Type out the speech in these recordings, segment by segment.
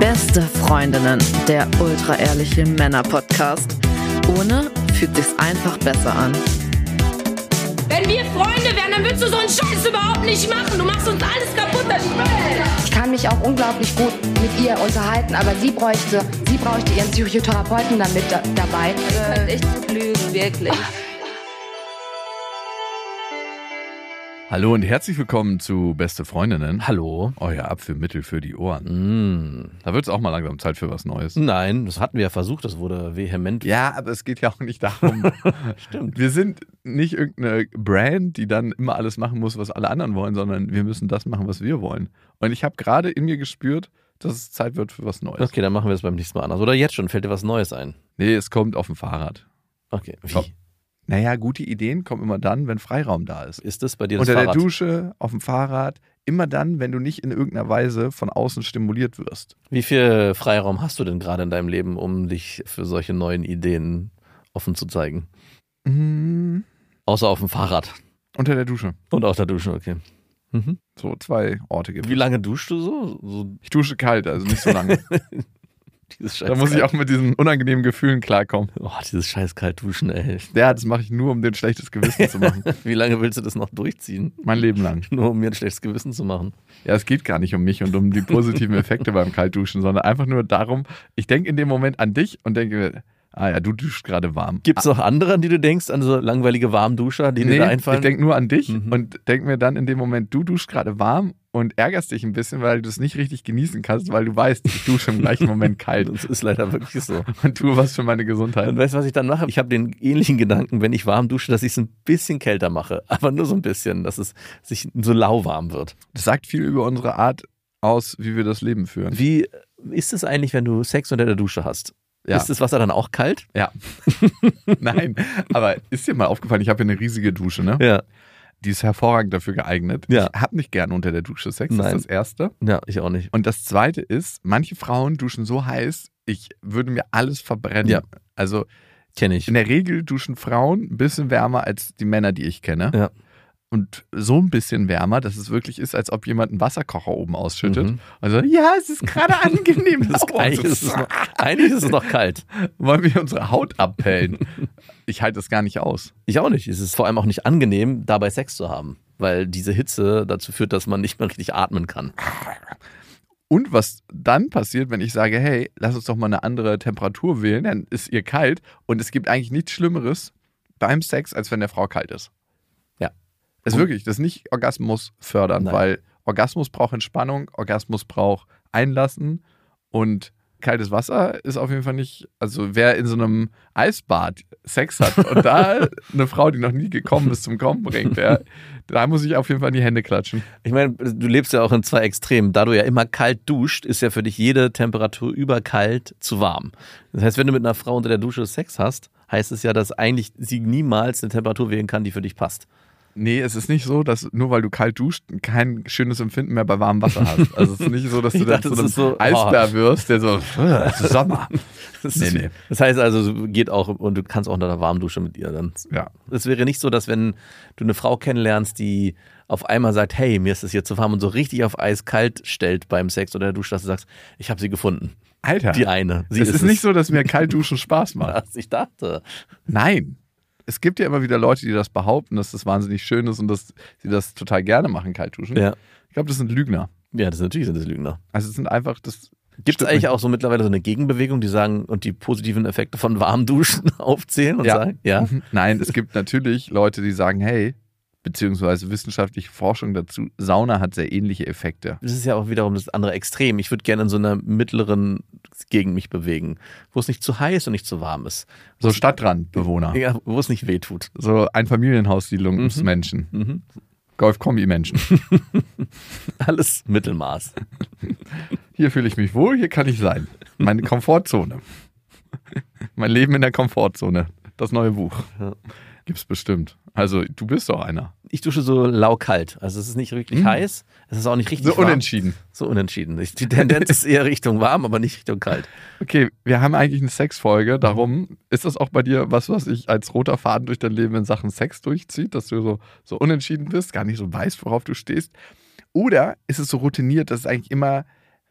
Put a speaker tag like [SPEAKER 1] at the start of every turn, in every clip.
[SPEAKER 1] Beste Freundinnen, der ultra-ehrliche Männer-Podcast. Ohne fühlt sich's einfach besser an.
[SPEAKER 2] Wenn wir Freunde wären, dann würdest du so einen Scheiß überhaupt nicht machen. Du machst uns alles kaputt, das Spiel.
[SPEAKER 3] Ich kann mich auch unglaublich gut mit ihr unterhalten, aber sie bräuchte, sie bräuchte ihren Psychotherapeuten dann mit da, dabei.
[SPEAKER 4] Ihr könnt echt gut lügen, wirklich.
[SPEAKER 5] Hallo und herzlich willkommen zu Beste Freundinnen. Oh
[SPEAKER 6] Hallo.
[SPEAKER 5] Euer Abführmittel für die Ohren.
[SPEAKER 6] Mm.
[SPEAKER 5] Da wird es auch mal langsam Zeit für was Neues.
[SPEAKER 6] Nein, das hatten wir ja versucht, das wurde vehement.
[SPEAKER 5] Ja, aber es geht ja auch nicht darum.
[SPEAKER 6] Stimmt.
[SPEAKER 5] wir sind nicht irgendeine Brand, die dann immer alles machen muss, was alle anderen wollen, sondern wir müssen das machen, was wir wollen. Und ich habe gerade in mir gespürt, dass es Zeit wird für was Neues.
[SPEAKER 6] Okay, dann machen wir es beim nächsten Mal anders. Oder jetzt schon, fällt dir was Neues ein?
[SPEAKER 5] Nee, es kommt auf dem Fahrrad.
[SPEAKER 6] Okay, wie?
[SPEAKER 5] Komm. Naja, gute Ideen kommen immer dann, wenn Freiraum da ist.
[SPEAKER 6] Ist das bei dir das
[SPEAKER 5] Unter der
[SPEAKER 6] Fahrrad?
[SPEAKER 5] Dusche, auf dem Fahrrad, immer dann, wenn du nicht in irgendeiner Weise von außen stimuliert wirst.
[SPEAKER 6] Wie viel Freiraum hast du denn gerade in deinem Leben, um dich für solche neuen Ideen offen zu zeigen?
[SPEAKER 5] Mhm.
[SPEAKER 6] Außer auf dem Fahrrad
[SPEAKER 5] Unter der Dusche.
[SPEAKER 6] und auf der Dusche, okay. Mhm.
[SPEAKER 5] So zwei Orte gibt.
[SPEAKER 6] Wie lange duschst du so? so
[SPEAKER 5] Ich dusche kalt, also nicht so lange.
[SPEAKER 6] dieses scheiß
[SPEAKER 5] da muss ich auch mit diesen unangenehmen Gefühlen klarkommen.
[SPEAKER 6] Oh, dieses scheiß Kaltduschen, ey.
[SPEAKER 5] Ja, das mache ich nur, um dir ein schlechtes Gewissen zu machen.
[SPEAKER 6] Wie lange willst du das noch durchziehen?
[SPEAKER 5] Mein Leben lang.
[SPEAKER 6] Nur um mir ein schlechtes Gewissen zu machen.
[SPEAKER 5] Ja, es geht gar nicht um mich und um die positiven Effekte beim Kaltduschen, sondern einfach nur darum, ich denke in dem Moment an dich und denke mir, ah ja, du duschst gerade warm.
[SPEAKER 6] Gibt es noch andere, an die du denkst, an so langweilige Warmduscher, die dir da einfallen?
[SPEAKER 5] ich denke nur an dich
[SPEAKER 6] Mhm.
[SPEAKER 5] und denke mir dann in dem Moment, du duschst gerade warm und ärgerst dich ein bisschen, weil du es nicht richtig genießen kannst, weil du weißt, ich dusche im gleichen Moment kalt
[SPEAKER 6] das ist leider wirklich so.
[SPEAKER 5] und tue was für meine Gesundheit.
[SPEAKER 6] Und weißt du, was ich dann mache? Ich habe den ähnlichen Gedanken, wenn ich warm dusche, dass ich es ein bisschen kälter mache. Aber nur so ein bisschen, dass es sich so lauwarm wird.
[SPEAKER 5] Das sagt viel über unsere Art aus, wie wir das Leben führen.
[SPEAKER 6] Wie ist es eigentlich, wenn du Sex unter der Dusche hast?
[SPEAKER 5] Ja.
[SPEAKER 6] Ist das Wasser dann auch kalt?
[SPEAKER 5] Ja. Nein, aber ist dir mal aufgefallen, ich habe hier eine riesige Dusche, ne?
[SPEAKER 6] Ja.
[SPEAKER 5] Die ist hervorragend dafür geeignet.
[SPEAKER 6] Ja.
[SPEAKER 5] Ich habe nicht gern unter der Dusche Sex, das
[SPEAKER 6] Nein.
[SPEAKER 5] ist das Erste.
[SPEAKER 6] Ja, ich auch nicht.
[SPEAKER 5] Und das Zweite ist, manche Frauen duschen so heiß, ich würde mir alles verbrennen.
[SPEAKER 6] Ja.
[SPEAKER 5] Also
[SPEAKER 6] Kenne ich.
[SPEAKER 5] in der Regel duschen Frauen ein bisschen wärmer als die Männer, die ich kenne.
[SPEAKER 6] Ja.
[SPEAKER 5] Und so ein bisschen wärmer, dass es wirklich ist, als ob jemand einen Wasserkocher oben ausschüttet.
[SPEAKER 6] Mhm.
[SPEAKER 5] Also, ja, es ist gerade angenehm.
[SPEAKER 6] Das ist,
[SPEAKER 5] lauwarm
[SPEAKER 6] eigentlich,
[SPEAKER 5] zu
[SPEAKER 6] ist es noch, eigentlich ist es noch kalt.
[SPEAKER 5] wollen wir unsere Haut abpellen. Ich halte das gar nicht aus.
[SPEAKER 6] Ich auch nicht. Es ist vor allem auch nicht angenehm, dabei Sex zu haben, weil diese Hitze dazu führt, dass man nicht mehr richtig atmen kann.
[SPEAKER 5] Und was dann passiert, wenn ich sage, hey, lass uns doch mal eine andere Temperatur wählen, dann ist ihr kalt und es gibt eigentlich nichts Schlimmeres beim Sex, als wenn der Frau kalt ist.
[SPEAKER 6] Ja.
[SPEAKER 5] Es ist wirklich, das ist nicht Orgasmus fördern,
[SPEAKER 6] Nein.
[SPEAKER 5] weil Orgasmus braucht Entspannung, Orgasmus braucht Einlassen und kaltes Wasser ist auf jeden Fall nicht, also wer in so einem Eisbad Sex hat und da eine Frau, die noch nie gekommen ist, zum Kommen bringt, der, da muss ich auf jeden Fall in die Hände klatschen.
[SPEAKER 6] Ich meine, du lebst ja auch in zwei Extremen. Da du ja immer kalt duscht, ist ja für dich jede Temperatur über kalt zu warm. Das heißt, wenn du mit einer Frau unter der Dusche Sex hast, heißt es ja, dass eigentlich sie niemals eine Temperatur wählen kann, die für dich passt.
[SPEAKER 5] Nee, es ist nicht so, dass nur weil du kalt duscht, kein schönes Empfinden mehr bei warmem Wasser hast. Also es ist nicht so, dass du
[SPEAKER 6] Ich
[SPEAKER 5] dann
[SPEAKER 6] dachte,
[SPEAKER 5] zu
[SPEAKER 6] es
[SPEAKER 5] einem
[SPEAKER 6] ist so, oh.
[SPEAKER 5] Eisbär wirst, der so, "Äh, es ist Sommer.
[SPEAKER 6] Das,
[SPEAKER 5] Nee,
[SPEAKER 6] ist-
[SPEAKER 5] nee.
[SPEAKER 6] das heißt also, es geht auch und du kannst auch unter der Warmdusche mit ihr dann.
[SPEAKER 5] Ja.
[SPEAKER 6] Es wäre nicht so, dass wenn du eine Frau kennenlernst, die auf einmal sagt, hey, mir ist das hier zu warm und so richtig auf eiskalt stellt beim Sex oder der Dusche, dass du sagst, ich habe sie gefunden.
[SPEAKER 5] Alter,
[SPEAKER 6] Die eine. Sie
[SPEAKER 5] es ist, nicht so, dass mir kalt duschen Spaß macht.
[SPEAKER 6] was ich dachte.
[SPEAKER 5] Nein. Es gibt ja immer wieder Leute, die das behaupten, dass das wahnsinnig schön ist und dass sie das total gerne machen, kalt duschen.
[SPEAKER 6] Ja.
[SPEAKER 5] Ich glaube, das sind Lügner.
[SPEAKER 6] Ja, das natürlich sind das Lügner.
[SPEAKER 5] Also es sind einfach, das
[SPEAKER 6] Gibt es
[SPEAKER 5] Stimmt
[SPEAKER 6] eigentlich
[SPEAKER 5] nicht.
[SPEAKER 6] auch so mittlerweile so eine Gegenbewegung, die sagen und die positiven Effekte von Warmduschen aufzählen und
[SPEAKER 5] Ja. Mhm.
[SPEAKER 6] sagen, ja,
[SPEAKER 5] Nein, es gibt natürlich Leute, die sagen, hey, beziehungsweise wissenschaftliche Forschung dazu, Sauna hat sehr ähnliche Effekte.
[SPEAKER 6] das ist ja auch wiederum das andere Extrem. Ich würde gerne in so einer mittleren Gegend mich bewegen, wo es nicht zu heiß und nicht zu warm ist,
[SPEAKER 5] So Stadtrandbewohner.
[SPEAKER 6] ja, wo es nicht weh tut.
[SPEAKER 5] So Einfamilienhaussiedlungsmenschen.
[SPEAKER 6] Mhm.
[SPEAKER 5] Golf-Kombi-Menschen.
[SPEAKER 6] Alles Mittelmaß.
[SPEAKER 5] Hier fühle ich mich wohl, hier kann ich sein. Meine Komfortzone. mein Leben in der Komfortzone. Das neue Buch.
[SPEAKER 6] Ja.
[SPEAKER 5] Gibt's bestimmt. Also, du bist doch einer.
[SPEAKER 6] Ich dusche so laukalt. Also es ist nicht wirklich
[SPEAKER 5] Mhm.
[SPEAKER 6] heiß, es ist auch nicht richtig
[SPEAKER 5] So
[SPEAKER 6] warm.
[SPEAKER 5] unentschieden.
[SPEAKER 6] So unentschieden. Ich- Die Tendenz ist eher Richtung warm, aber nicht Richtung kalt.
[SPEAKER 5] Okay, wir haben eigentlich eine Sexfolge. Darum ist das auch bei dir was, was ich als roter Faden durch dein Leben in Sachen Sex durchzieht, dass du so, so unentschieden bist, gar nicht so weißt, worauf du stehst. Oder ist es so routiniert, dass es eigentlich immer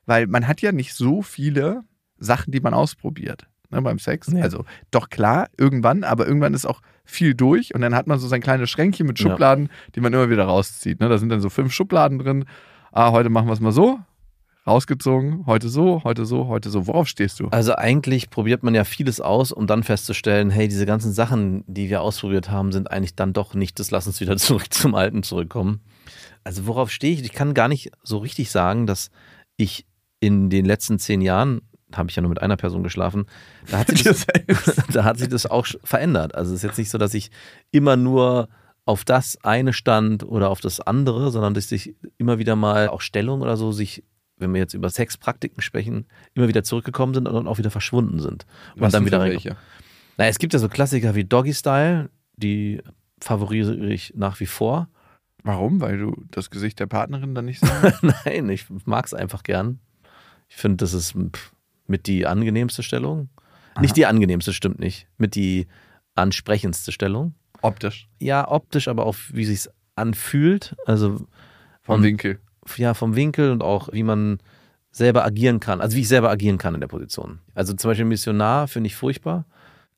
[SPEAKER 5] weil man hat ja nicht so viele Sachen, die man ausprobiert ne, beim Sex.
[SPEAKER 6] Nee.
[SPEAKER 5] Also doch klar, irgendwann, aber irgendwann ist auch viel durch und dann hat man so sein kleines Schränkchen mit
[SPEAKER 6] Ja.
[SPEAKER 5] Schubladen, die man immer wieder rauszieht. Ne? Da sind dann so fünf Schubladen drin. Ah, heute machen wir es mal so. Rausgezogen, heute so, heute so, heute so. Worauf stehst du?
[SPEAKER 6] Also eigentlich probiert man ja vieles aus, um dann festzustellen, hey, diese ganzen Sachen, die wir ausprobiert haben, sind eigentlich dann doch nicht das, lass uns wieder zurück zum Alten zurückkommen. Also worauf stehe ich? Ich kann gar nicht so richtig sagen, dass ich in den letzten zehn Jahren, habe ich ja nur mit einer Person geschlafen, da hat sich das, da hat sich das auch sch- verändert. Also es ist jetzt nicht so, dass ich immer nur auf das eine stand oder auf das andere, sondern dass sich immer wieder mal auch Stellung oder so sich, wenn wir jetzt über Sexpraktiken sprechen, immer wieder zurückgekommen sind und dann auch wieder verschwunden sind. Und dann
[SPEAKER 5] denn
[SPEAKER 6] wieder
[SPEAKER 5] für
[SPEAKER 6] reingekommen.
[SPEAKER 5] welche?
[SPEAKER 6] Na, es gibt ja so Klassiker wie Doggy Style, die favorisiere ich nach wie vor.
[SPEAKER 5] Warum? Weil du das Gesicht der Partnerin dann nicht sagst?
[SPEAKER 6] Nein, ich mag es einfach gern. Ich finde, das ist pff, mit die angenehmste Stellung. Nicht die angenehmste, stimmt nicht. Mit die ansprechendste Stellung.
[SPEAKER 5] Optisch.
[SPEAKER 6] Ja, optisch, aber auch wie sich's anfühlt. Also
[SPEAKER 5] Vom
[SPEAKER 6] Und-
[SPEAKER 5] Winkel.
[SPEAKER 6] ja, vom Winkel und auch wie man selber agieren kann. Also wie ich selber agieren kann in der Position. Also zum Beispiel Missionar finde ich furchtbar.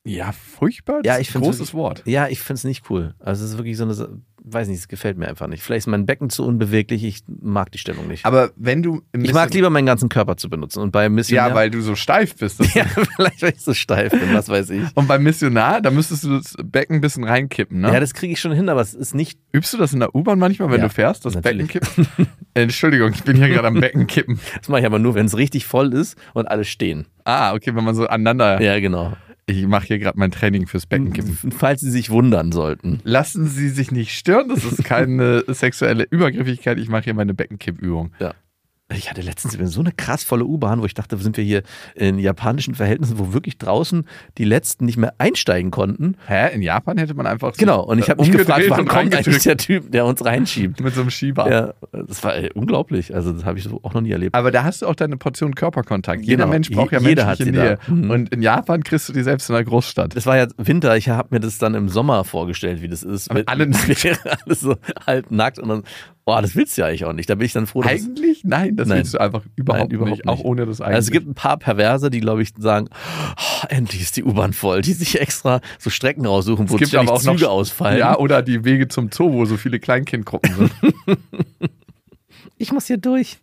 [SPEAKER 5] Ja, furchtbar.
[SPEAKER 6] Ja,
[SPEAKER 5] Das
[SPEAKER 6] ich
[SPEAKER 5] ist ein
[SPEAKER 6] find's
[SPEAKER 5] großes Wort.
[SPEAKER 6] Ja, ich finde es nicht cool. Also es ist wirklich so eine, Sa- weiß nicht, es gefällt mir einfach nicht. Vielleicht ist mein Becken zu unbeweglich, ich mag die Stellung nicht.
[SPEAKER 5] Aber wenn du im
[SPEAKER 6] ich mag lieber meinen ganzen Körper zu benutzen. Und bei Missionar,
[SPEAKER 5] Ja, weil du so steif bist. Das
[SPEAKER 6] ja, vielleicht weil ich so steif bin, was weiß ich. ne?
[SPEAKER 5] Und beim Missionar, da müsstest du das Becken ein bisschen reinkippen, ne?
[SPEAKER 6] Ja, das kriege ich schon hin, aber es ist nicht.
[SPEAKER 5] Übst du das in der U-Bahn manchmal, wenn
[SPEAKER 6] Ja,
[SPEAKER 5] du fährst, das
[SPEAKER 6] natürlich.
[SPEAKER 5] Becken kippen? Entschuldigung, ich bin hier gerade am Becken kippen.
[SPEAKER 6] Das mache ich aber nur, wenn es richtig voll ist und alle stehen.
[SPEAKER 5] Ah, okay, wenn man so aneinander.
[SPEAKER 6] Ja, Mhm. genau.
[SPEAKER 5] Ich mache hier gerade mein Training fürs Beckenkippen.
[SPEAKER 6] Falls sie sich wundern sollten.
[SPEAKER 5] Lassen Sie sich nicht stören, das ist keine sexuelle Übergriffigkeit. Ich mache hier meine Beckenkippübung.
[SPEAKER 6] Ich hatte letztens über so eine krass volle U-Bahn, wo ich dachte, sind wir hier in japanischen Verhältnissen, wo wirklich draußen die Letzten nicht mehr einsteigen konnten.
[SPEAKER 5] Hä? In Japan hätte man einfach. so äh,
[SPEAKER 6] Genau, und ich habe mich gefragt,
[SPEAKER 5] umgedreht
[SPEAKER 6] wann
[SPEAKER 5] und
[SPEAKER 6] kommt eigentlich
[SPEAKER 5] reingedrückt
[SPEAKER 6] der Typ, der uns reinschiebt.
[SPEAKER 5] mit so einem Schieber.
[SPEAKER 6] Ja, das war äh, unglaublich. Also das habe ich so auch noch nie erlebt.
[SPEAKER 5] Aber da hast du auch deine Portion Körperkontakt. Jeder
[SPEAKER 6] Genau.
[SPEAKER 5] Mensch braucht ja
[SPEAKER 6] Jeder hat
[SPEAKER 5] menschliche
[SPEAKER 6] sie
[SPEAKER 5] Nähe.
[SPEAKER 6] da. Mhm.
[SPEAKER 5] Und in Japan kriegst du die selbst in der Großstadt.
[SPEAKER 6] Das war ja Winter, ich habe mir das dann im Sommer vorgestellt, wie das ist.
[SPEAKER 5] Aber alle nackt.
[SPEAKER 6] alles so halb nackt und dann, boah, das willst du ja eigentlich auch nicht. Da bin ich dann froh, dass es-
[SPEAKER 5] Eigentlich? Nein, das
[SPEAKER 6] Nein.
[SPEAKER 5] willst du einfach überhaupt,
[SPEAKER 6] Nein, überhaupt
[SPEAKER 5] nicht, Auch
[SPEAKER 6] nicht.
[SPEAKER 5] ohne das eigentlich.
[SPEAKER 6] Also es gibt ein paar Perverse, die, glaube ich, sagen, "Oh, endlich ist die U-Bahn voll, die sich extra so Strecken raussuchen, wo ständig Züge ausfallen.
[SPEAKER 5] Ja, oder die Wege zum Zoo, wo so viele Kleinkindgruppen sind.
[SPEAKER 6] ich muss hier durch.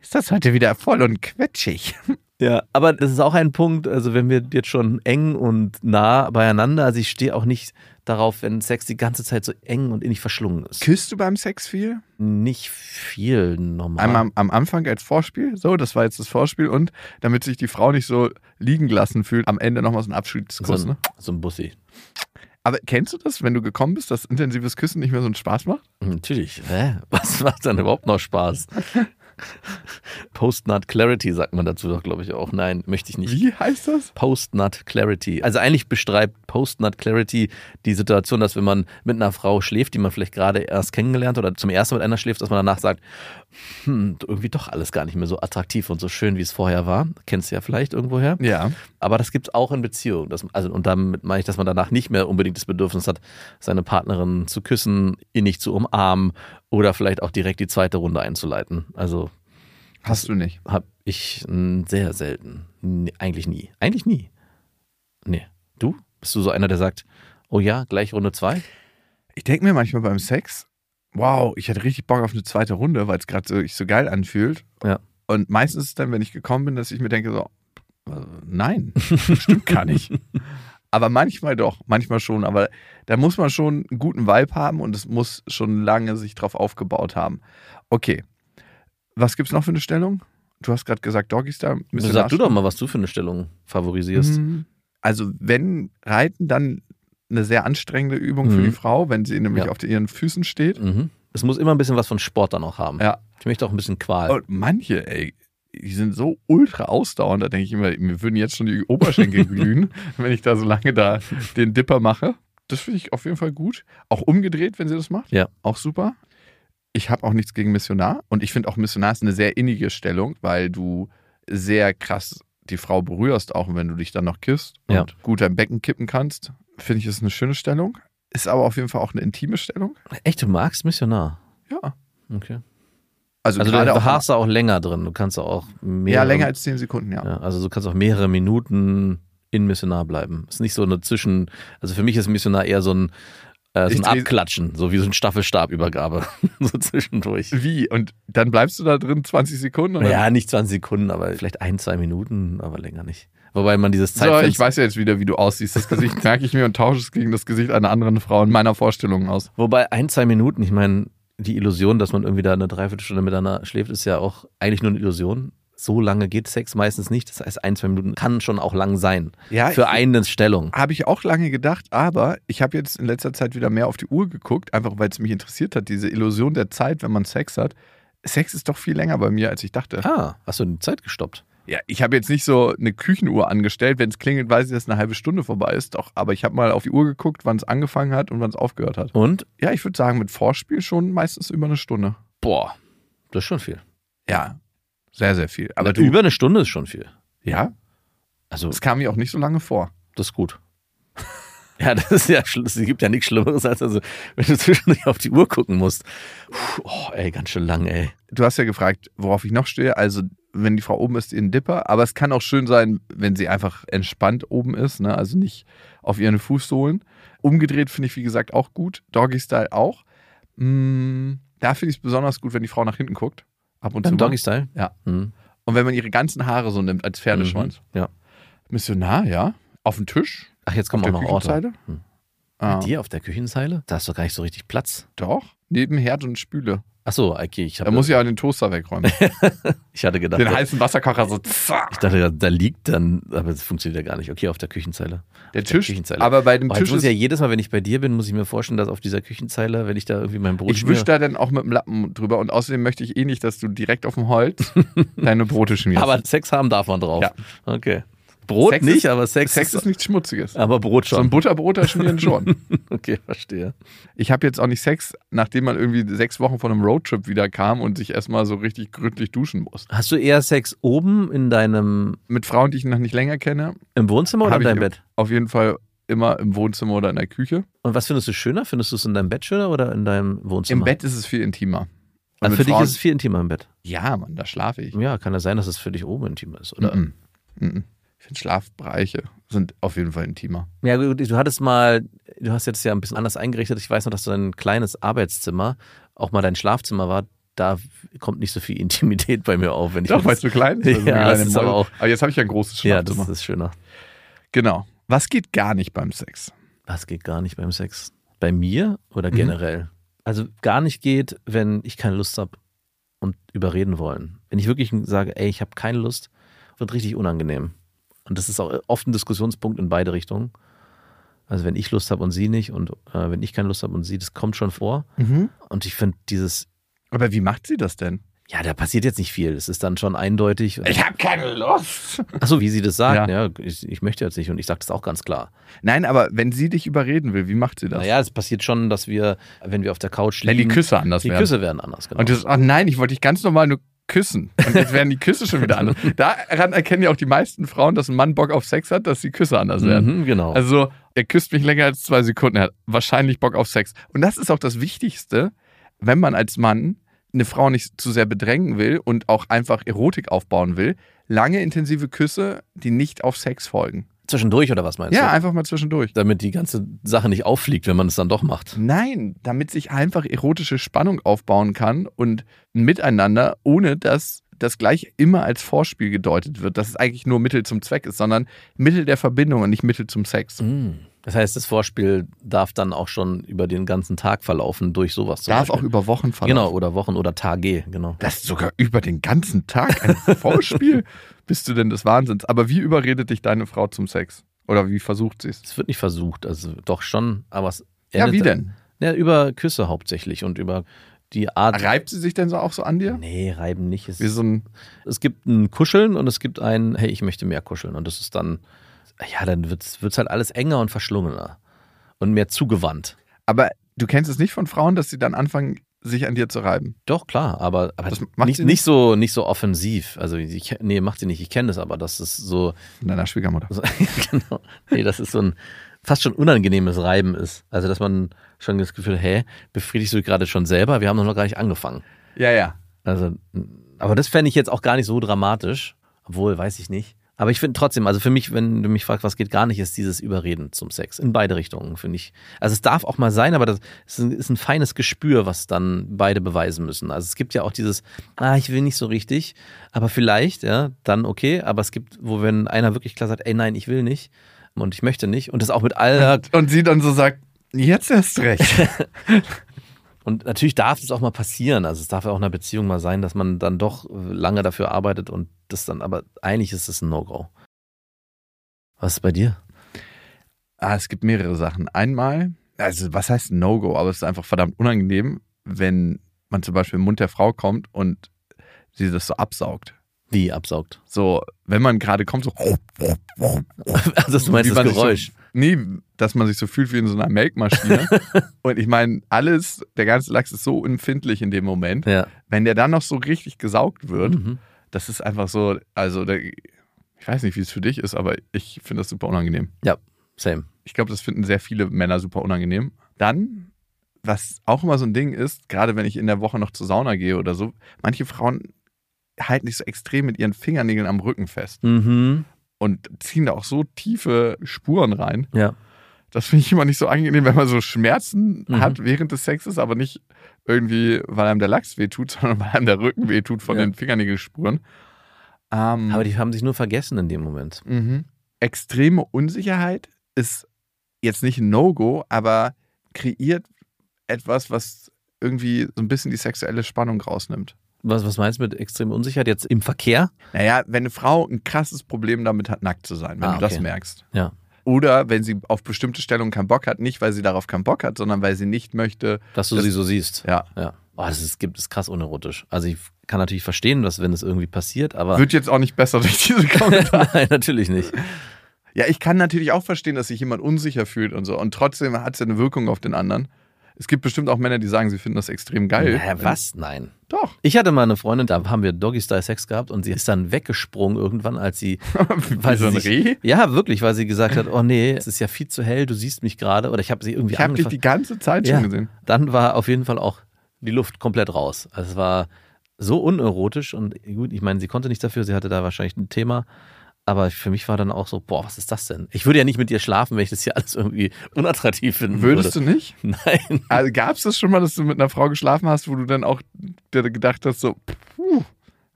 [SPEAKER 5] ist das heute wieder voll und quetschig?
[SPEAKER 6] Ja, aber das ist auch ein Punkt, also wenn wir jetzt schon eng und nah beieinander, also ich stehe auch nicht darauf, wenn Sex die ganze Zeit so eng und innig verschlungen ist.
[SPEAKER 5] Küsst du beim Sex viel?
[SPEAKER 6] Nicht viel normal.
[SPEAKER 5] Einmal am, am Anfang als Vorspiel, so, das war jetzt das Vorspiel und damit sich die Frau nicht so liegen gelassen fühlt, am Ende nochmal so ein
[SPEAKER 6] so
[SPEAKER 5] Abschiedskuss.
[SPEAKER 6] ein,
[SPEAKER 5] Ne?
[SPEAKER 6] so ein Bussi.
[SPEAKER 5] Aber kennst du das, wenn du gekommen bist, dass intensives Küssen nicht mehr so einen Spaß macht?
[SPEAKER 6] Hm, Natürlich. Hä? Was macht dann überhaupt noch Spaß? Post-Nut Clarity sagt man dazu doch, glaube ich, auch. Nein, möchte ich nicht.
[SPEAKER 5] Wie heißt das?
[SPEAKER 6] Post-Nut Clarity. Also eigentlich beschreibt Post-Nut Clarity die Situation, dass wenn man mit einer Frau schläft, die man vielleicht gerade erst kennengelernt oder zum ersten Mal mit einer schläft, dass man danach sagt, hm, irgendwie doch alles gar nicht mehr so attraktiv und so schön, wie es vorher war. Kennst du ja vielleicht irgendwoher.
[SPEAKER 5] Ja.
[SPEAKER 6] Aber das gibt es auch in Beziehungen. Dass, also, und damit meine ich, dass man danach nicht mehr unbedingt das Bedürfnis hat, seine Partnerin zu küssen, innig zu umarmen oder vielleicht auch direkt die zweite Runde einzuleiten. Also
[SPEAKER 5] Hast du nicht.
[SPEAKER 6] habe ich mm, sehr selten. N- Eigentlich nie. Eigentlich nie. Nee. Du? Bist du so einer, der sagt, oh ja, gleich Runde zwei?
[SPEAKER 5] Ich denke mir manchmal beim Sex, wow, ich hätte richtig Bock auf eine zweite Runde, weil es gerade so, sich so geil anfühlt.
[SPEAKER 6] Ja.
[SPEAKER 5] Und meistens ist es dann, wenn ich gekommen bin, dass ich mir denke, so, äh, nein, stimmt gar nicht. Aber manchmal doch, manchmal schon. Aber da muss man schon einen guten Vibe haben und es muss schon lange sich drauf aufgebaut haben. Okay. Was gibt es noch für eine Stellung? Du hast gerade gesagt, Doggy Style. Mr.
[SPEAKER 6] Also, Sag du
[SPEAKER 5] Nasty.
[SPEAKER 6] doch mal, was du für eine Stellung favorisierst.
[SPEAKER 5] Mhm. Also wenn Reiten, dann eine sehr anstrengende Übung für
[SPEAKER 6] Mhm.
[SPEAKER 5] die Frau, wenn sie nämlich
[SPEAKER 6] Ja.
[SPEAKER 5] auf ihren Füßen steht.
[SPEAKER 6] Mhm. Es muss immer ein bisschen was von Sport dann auch haben.
[SPEAKER 5] Ja.
[SPEAKER 6] Ich möchte auch ein bisschen Qual.
[SPEAKER 5] Und manche, ey, die sind so ultra ausdauernd, da denke ich immer, mir würden jetzt schon die Oberschenkel glühen, wenn ich da so lange da den Dipper mache. Das finde ich auf jeden Fall gut. Auch umgedreht, wenn sie das macht.
[SPEAKER 6] Ja.
[SPEAKER 5] Auch super. Ich habe auch nichts gegen Missionar und ich finde auch Missionar ist eine sehr innige Stellung, weil du sehr krass die Frau berührst, auch wenn du dich dann noch kissst und
[SPEAKER 6] Ja.
[SPEAKER 5] gut dein Becken kippen kannst. Finde ich, ist eine schöne Stellung. Ist aber auf jeden Fall auch eine intime Stellung.
[SPEAKER 6] Echt, du magst Missionar?
[SPEAKER 5] Ja.
[SPEAKER 6] Okay.
[SPEAKER 5] Also,
[SPEAKER 6] Also
[SPEAKER 5] gerade
[SPEAKER 6] du
[SPEAKER 5] auch.
[SPEAKER 6] hast da auch länger drin. Du kannst da auch mehr.
[SPEAKER 5] ja, länger als 10 Sekunden, ja.
[SPEAKER 6] Ja, also du kannst auch mehrere Minuten in Missionar bleiben. Ist nicht so eine Zwischen. Also für mich ist Missionar eher so ein, äh, so
[SPEAKER 5] Ich
[SPEAKER 6] ein
[SPEAKER 5] lese-
[SPEAKER 6] Abklatschen, so wie so ein Staffelstabübergabe. so zwischendurch.
[SPEAKER 5] Wie? Und dann bleibst du da drin 20 Sekunden? Oder?
[SPEAKER 6] Ja, nicht 20 Sekunden, aber vielleicht ein, zwei Minuten, aber länger nicht. Wobei man dieses
[SPEAKER 5] So,
[SPEAKER 6] Zeitfenster.
[SPEAKER 5] ich weiß ja jetzt wieder, wie du aussiehst. Das Gesicht merke ich mir und tausche es gegen das Gesicht einer anderen Frau in meiner Vorstellung aus.
[SPEAKER 6] Wobei ein, zwei Minuten, ich meine, die Illusion, dass man irgendwie da eine Dreiviertelstunde miteinander schläft, ist ja auch eigentlich nur eine Illusion. So lange geht Sex meistens nicht. Das heißt, ein, zwei Minuten kann schon auch lang sein.
[SPEAKER 5] Ja,
[SPEAKER 6] Für
[SPEAKER 5] ich-
[SPEAKER 6] eine Stellung.
[SPEAKER 5] Habe ich auch lange gedacht, aber ich habe jetzt in letzter Zeit wieder mehr auf die Uhr geguckt, einfach weil es mich interessiert hat, diese Illusion der Zeit, wenn man Sex hat. Sex ist doch viel länger bei mir, als ich dachte.
[SPEAKER 6] Ah, hast du die Zeit gestoppt?
[SPEAKER 5] Ja, ich habe jetzt nicht so eine Küchenuhr angestellt. Wenn es klingelt, weiß ich, dass eine halbe Stunde vorbei ist. Doch, aber ich habe mal auf die Uhr geguckt, wann es angefangen hat und wann es aufgehört hat.
[SPEAKER 6] Und?
[SPEAKER 5] Ja, ich würde sagen, mit Vorspiel schon meistens über eine Stunde.
[SPEAKER 6] Boah, das ist schon viel.
[SPEAKER 5] Ja, sehr, sehr viel.
[SPEAKER 6] Aber
[SPEAKER 5] Aber du,
[SPEAKER 6] über eine Stunde ist schon viel.
[SPEAKER 5] ja,
[SPEAKER 6] Also,
[SPEAKER 5] es kam mir auch nicht so lange vor.
[SPEAKER 6] das ist gut. Ja, das ist ja, schl- es gibt ja nichts Schlimmeres, als also, wenn du zwischendurch auf die Uhr gucken musst. Puh, oh, ey, ganz schön lang, ey.
[SPEAKER 5] Du hast ja gefragt, worauf ich noch stehe. Also, wenn die Frau oben ist, ihren Dipper. Aber es kann auch schön sein, wenn sie einfach entspannt oben ist, ne? also nicht auf ihren Fußsohlen. Umgedreht finde ich, wie gesagt, auch gut. Doggy-Style auch. Mm, da finde ich es besonders gut, wenn die Frau nach hinten guckt. Ab und zu.
[SPEAKER 6] Beim
[SPEAKER 5] mal.
[SPEAKER 6] Doggy-Style?
[SPEAKER 5] Ja.
[SPEAKER 6] Mhm.
[SPEAKER 5] Und wenn man ihre ganzen Haare so nimmt, als Pferdeschwanz.
[SPEAKER 6] Mhm, ja.
[SPEAKER 5] Missionar, ja. Auf den Tisch.
[SPEAKER 6] Ach, jetzt kommen
[SPEAKER 5] Auf
[SPEAKER 6] auch
[SPEAKER 5] der
[SPEAKER 6] noch Orte.
[SPEAKER 5] Küchenzeile?
[SPEAKER 6] Hm.
[SPEAKER 5] Ah,
[SPEAKER 6] Bei dir auf der Küchenzeile? Da hast du gar nicht so richtig Platz.
[SPEAKER 5] doch. Neben Herd und Spüle.
[SPEAKER 6] Ach so, okay, ich, hab,
[SPEAKER 5] Da muss ich aber den Toaster wegräumen.
[SPEAKER 6] ich hatte gedacht,
[SPEAKER 5] Den
[SPEAKER 6] da,
[SPEAKER 5] heißen Wasserkocher so. zack.
[SPEAKER 6] ich dachte, da liegt dann, aber das funktioniert ja gar nicht. Okay, auf der Küchenzeile.
[SPEAKER 5] Der
[SPEAKER 6] der
[SPEAKER 5] Tisch.
[SPEAKER 6] Küchenzeile.
[SPEAKER 5] aber bei dem
[SPEAKER 6] Boah, Oh, jetzt
[SPEAKER 5] Tisch
[SPEAKER 6] muss
[SPEAKER 5] ist.
[SPEAKER 6] ich ja jedes Mal, wenn ich bei dir bin, muss ich mir vorstellen, dass auf dieser Küchenzeile, wenn ich da irgendwie mein Brot
[SPEAKER 5] ich wische da dann auch mit dem Lappen drüber. Und außerdem möchte ich eh nicht, dass du direkt auf dem Holz deine Brote schmierst.
[SPEAKER 6] Aber Sex haben darf man drauf.
[SPEAKER 5] Ja.
[SPEAKER 6] Okay. Brot
[SPEAKER 5] Sex
[SPEAKER 6] nicht,
[SPEAKER 5] ist-
[SPEAKER 6] aber Sex,
[SPEAKER 5] Sex ist nichts Schmutziges.
[SPEAKER 6] aber Brot
[SPEAKER 5] So ein
[SPEAKER 6] schon.
[SPEAKER 5] Butterbroter schmieren schon.
[SPEAKER 6] okay, verstehe.
[SPEAKER 5] Ich habe jetzt auch nicht Sex, nachdem man irgendwie sechs Wochen von einem Roadtrip wieder kam und sich erstmal so richtig gründlich duschen muss.
[SPEAKER 6] Hast du eher Sex oben in deinem
[SPEAKER 5] Mit Frauen, die ich noch nicht länger kenne,
[SPEAKER 6] im Wohnzimmer oder
[SPEAKER 5] Hab
[SPEAKER 6] in
[SPEAKER 5] ich
[SPEAKER 6] deinem
[SPEAKER 5] im-
[SPEAKER 6] Bett?
[SPEAKER 5] Auf jeden Fall immer im Wohnzimmer oder in der Küche.
[SPEAKER 6] Und was findest du schöner? Findest du es in deinem Bett schöner oder in deinem Wohnzimmer?
[SPEAKER 5] Im Bett ist es viel intimer. Und
[SPEAKER 6] Also
[SPEAKER 5] mit
[SPEAKER 6] für dich
[SPEAKER 5] Frauen-
[SPEAKER 6] ist es viel intimer im Bett.
[SPEAKER 5] Ja, Mann, da schlafe ich.
[SPEAKER 6] Ja, kann ja sein, dass es für dich oben intimer ist, oder?
[SPEAKER 5] Mhm. Mhm. Ich finde, Schlafbereiche sind auf jeden Fall intimer.
[SPEAKER 6] Ja, gut, du hattest mal, du hast jetzt ja ein bisschen anders eingerichtet. Ich weiß noch, dass dein kleines Arbeitszimmer auch mal dein Schlafzimmer war. Da kommt nicht so viel Intimität bei mir auf, wenn ich
[SPEAKER 5] Doch,
[SPEAKER 6] jetzt-
[SPEAKER 5] weil es so klein ist.
[SPEAKER 6] Ja,
[SPEAKER 5] also eine kleine
[SPEAKER 6] das ist aber
[SPEAKER 5] Mäuse.
[SPEAKER 6] auch-
[SPEAKER 5] aber jetzt habe ich ja ein großes
[SPEAKER 6] ja, das
[SPEAKER 5] Schlafzimmer.
[SPEAKER 6] ist schöner.
[SPEAKER 5] genau. Was geht gar nicht beim Sex?
[SPEAKER 6] Was geht gar nicht beim Sex? Bei mir oder
[SPEAKER 5] Mhm.
[SPEAKER 6] generell? Also gar nicht geht, wenn ich keine Lust habe und überreden wollen. Wenn ich wirklich sage, ey, ich habe keine Lust, wird richtig unangenehm. Und das ist auch oft ein Diskussionspunkt in beide Richtungen. Also wenn ich Lust habe und sie nicht und äh, wenn ich keine Lust habe und sie, das kommt schon vor. Und ich finde dieses,
[SPEAKER 5] Aber wie macht sie das denn?
[SPEAKER 6] ja, da passiert jetzt nicht viel. Das ist dann schon eindeutig.
[SPEAKER 5] Ich habe keine Lust.
[SPEAKER 6] Achso, wie sie das sagt,
[SPEAKER 5] Äh, Ja.
[SPEAKER 6] ja, ich, ich möchte jetzt nicht und ich sage das auch ganz klar.
[SPEAKER 5] Nein, aber wenn sie dich überreden will, wie macht sie das?
[SPEAKER 6] Naja, es passiert schon, dass wir, wenn wir auf der Couch
[SPEAKER 5] Wenn
[SPEAKER 6] liegen,
[SPEAKER 5] die Küsse anders
[SPEAKER 6] die
[SPEAKER 5] werden.
[SPEAKER 6] Küsse werden anders, genau.
[SPEAKER 5] Und das, oh nein, ich wollte dich ganz normal nur küssen. Und jetzt werden die Küsse schon wieder anders. Daran erkennen ja auch die meisten Frauen, dass ein Mann Bock auf Sex hat, dass die Küsse anders werden.
[SPEAKER 6] Mhm, genau.
[SPEAKER 5] Also, er küsst mich länger als zwei Sekunden, er hat wahrscheinlich Bock auf Sex. Und das ist auch das Wichtigste, wenn man als Mann eine Frau nicht zu sehr bedrängen will und auch einfach Erotik aufbauen will. Lange intensive Küsse, die nicht auf Sex folgen.
[SPEAKER 6] Zwischendurch oder was meinst
[SPEAKER 5] Ja,
[SPEAKER 6] du?
[SPEAKER 5] einfach mal zwischendurch.
[SPEAKER 6] Damit die ganze Sache nicht auffliegt, wenn man es dann doch macht.
[SPEAKER 5] Nein, damit sich einfach erotische Spannung aufbauen kann und ein miteinander, ohne dass das gleich immer als Vorspiel gedeutet wird, dass es eigentlich nur Mittel zum Zweck ist, sondern Mittel der Verbindung und nicht Mittel zum Sex.
[SPEAKER 6] Das heißt, das Vorspiel darf dann auch schon über den ganzen Tag verlaufen durch sowas. zum
[SPEAKER 5] Darf auch
[SPEAKER 6] Beispiel.
[SPEAKER 5] über Wochen verlaufen.
[SPEAKER 6] Genau, oder Wochen oder Tage, genau.
[SPEAKER 5] Das ist sogar über den ganzen Tag ein Vorspiel. Bist du denn des Wahnsinns? Aber wie überredet dich deine Frau zum Sex? Oder wie versucht sie es?
[SPEAKER 6] Es wird nicht versucht, also doch schon, aber es
[SPEAKER 5] Ja,
[SPEAKER 6] endet
[SPEAKER 5] wie
[SPEAKER 6] dann-
[SPEAKER 5] denn?
[SPEAKER 6] Ja, über Küsse hauptsächlich und über die Art.
[SPEAKER 5] Reibt sie sich denn so auch so an dir?
[SPEAKER 6] Nee, reiben nicht. Es,
[SPEAKER 5] Wie so ein,
[SPEAKER 6] es gibt ein Kuscheln und es gibt ein, hey, ich möchte mehr kuscheln. Und das ist dann, ja, dann wird es halt alles enger und verschlungener und mehr zugewandt.
[SPEAKER 5] aber du kennst es nicht von Frauen, dass sie dann anfangen, sich an dir zu reiben.
[SPEAKER 6] Doch, klar, aber, aber
[SPEAKER 5] Das macht
[SPEAKER 6] nicht,
[SPEAKER 5] sie
[SPEAKER 6] nicht? so, nicht so offensiv. Also, ich, nee, macht sie nicht. Ich kenne das, aber das ist so,
[SPEAKER 5] Von deiner Schwiegermutter.
[SPEAKER 6] so genau, nee, das ist so ein fast schon unangenehmes Reiben ist. Also, dass man schon das Gefühl, hä, befriedigst du dich gerade schon selber? Wir haben doch noch gar nicht angefangen.
[SPEAKER 5] Ja, ja.
[SPEAKER 6] Also, aber das fände ich jetzt auch gar nicht so dramatisch. Obwohl, weiß ich nicht. Aber ich finde trotzdem, also für mich, wenn du mich fragst, was geht gar nicht, ist dieses Überreden zum Sex. In beide Richtungen, finde ich. Also es darf auch mal sein, aber das ist ein, ist ein feines Gespür, was dann beide beweisen müssen. Also es gibt ja auch dieses, ah, ich will nicht so richtig, aber vielleicht, ja, dann okay. Aber es gibt, wo wenn einer wirklich klar sagt, ey, nein, ich will nicht und ich möchte nicht und das auch mit aller
[SPEAKER 5] Und sie dann so sagt, jetzt erst recht.
[SPEAKER 6] Und natürlich darf es auch mal passieren. Also es darf ja auch in einer Beziehung mal sein, dass man dann doch äh, lange dafür arbeitet und das dann, aber eigentlich ist es ein No-Go. Was ist bei dir?
[SPEAKER 5] ah, es gibt mehrere Sachen. Einmal, also was heißt No-Go, aber es ist einfach verdammt unangenehm, wenn man zum Beispiel im Mund der Frau kommt und sie das so absaugt.
[SPEAKER 6] Wie absaugt?
[SPEAKER 5] So, wenn man gerade kommt, so
[SPEAKER 6] Also du meinst
[SPEAKER 5] Wie
[SPEAKER 6] das
[SPEAKER 5] man sich
[SPEAKER 6] Geräusch.
[SPEAKER 5] So, nee, dass man sich so fühlt wie in so einer Melkmaschine. und ich meine, alles, der ganze Lachs ist so empfindlich in dem Moment.
[SPEAKER 6] Ja.
[SPEAKER 5] Wenn der dann noch so richtig gesaugt wird,
[SPEAKER 6] Mhm.
[SPEAKER 5] das ist einfach so, also der, ich weiß nicht, wie es für dich ist, aber ich finde das super unangenehm.
[SPEAKER 6] Ja, same.
[SPEAKER 5] Ich glaube, das finden sehr viele Männer super unangenehm. Dann, was auch immer so ein Ding ist, gerade wenn ich in der Woche noch zur Sauna gehe oder so, manche Frauen halten sich so extrem mit ihren Fingernägeln am Rücken fest
[SPEAKER 6] Mhm.
[SPEAKER 5] und ziehen da auch so tiefe Spuren rein.
[SPEAKER 6] Ja.
[SPEAKER 5] Das finde ich immer nicht so angenehm, wenn man so Schmerzen
[SPEAKER 6] Mhm.
[SPEAKER 5] hat während des Sexes, aber nicht irgendwie, weil einem der Lachs wehtut, sondern weil einem der Rücken wehtut von
[SPEAKER 6] Ja.
[SPEAKER 5] den Fingernägelspuren. Ähm,
[SPEAKER 6] Aber die haben sich nur vergessen in dem Moment.
[SPEAKER 5] Mhm. Extreme Unsicherheit ist jetzt nicht ein No-Go, aber kreiert etwas, was irgendwie so ein bisschen die sexuelle Spannung rausnimmt.
[SPEAKER 6] Was, was meinst du mit extreme Unsicherheit jetzt im Verkehr?
[SPEAKER 5] Naja, wenn eine Frau ein krasses Problem damit hat, nackt zu sein, wenn
[SPEAKER 6] Ah,
[SPEAKER 5] du das
[SPEAKER 6] okay.
[SPEAKER 5] merkst.
[SPEAKER 6] Ja.
[SPEAKER 5] Oder wenn sie auf bestimmte Stellungen keinen Bock hat, nicht weil sie darauf keinen Bock hat, sondern weil sie nicht möchte.
[SPEAKER 6] Dass du
[SPEAKER 5] Das-
[SPEAKER 6] sie so siehst.
[SPEAKER 5] Ja.
[SPEAKER 6] Ja. Boah, das ist, gibt es krass unerotisch. Also ich kann natürlich verstehen, dass wenn es irgendwie passiert, aber
[SPEAKER 5] Wird jetzt auch nicht besser durch diese Kommentare.
[SPEAKER 6] nein, natürlich nicht.
[SPEAKER 5] Ja, ich kann natürlich auch verstehen, dass sich jemand unsicher fühlt und so. Und trotzdem hat es ja eine Wirkung auf den anderen. Es gibt bestimmt auch Männer, die sagen, sie finden das extrem geil. Ähm,
[SPEAKER 6] Naja, was? Nein.
[SPEAKER 5] Doch.
[SPEAKER 6] Ich hatte mal eine Freundin, da haben wir Doggy-Style-Sex gehabt und sie ist dann weggesprungen irgendwann, als sie.
[SPEAKER 5] Wie so ein
[SPEAKER 6] sich,
[SPEAKER 5] Reh?
[SPEAKER 6] Ja, wirklich, weil sie gesagt hat: Oh nee, es ist ja viel zu hell, du siehst mich gerade. Oder ich habe sie irgendwie
[SPEAKER 5] Ich habe dich
[SPEAKER 6] angefasst.
[SPEAKER 5] die ganze Zeit schon
[SPEAKER 6] ja,
[SPEAKER 5] gesehen.
[SPEAKER 6] Dann war auf jeden Fall auch die Luft komplett raus. Also es war so unerotisch und gut, ich meine, sie konnte nichts dafür, sie hatte da wahrscheinlich ein Thema. Aber für mich war dann auch so, boah, was ist das denn? Ich würde ja nicht mit dir schlafen, wenn ich das hier alles irgendwie unattraktiv finden
[SPEAKER 5] Würdest
[SPEAKER 6] würde.
[SPEAKER 5] du nicht?
[SPEAKER 6] du? Nein.
[SPEAKER 5] Also gab es das schon mal, dass du mit einer Frau geschlafen hast, wo du dann auch dir gedacht hast, so, puh,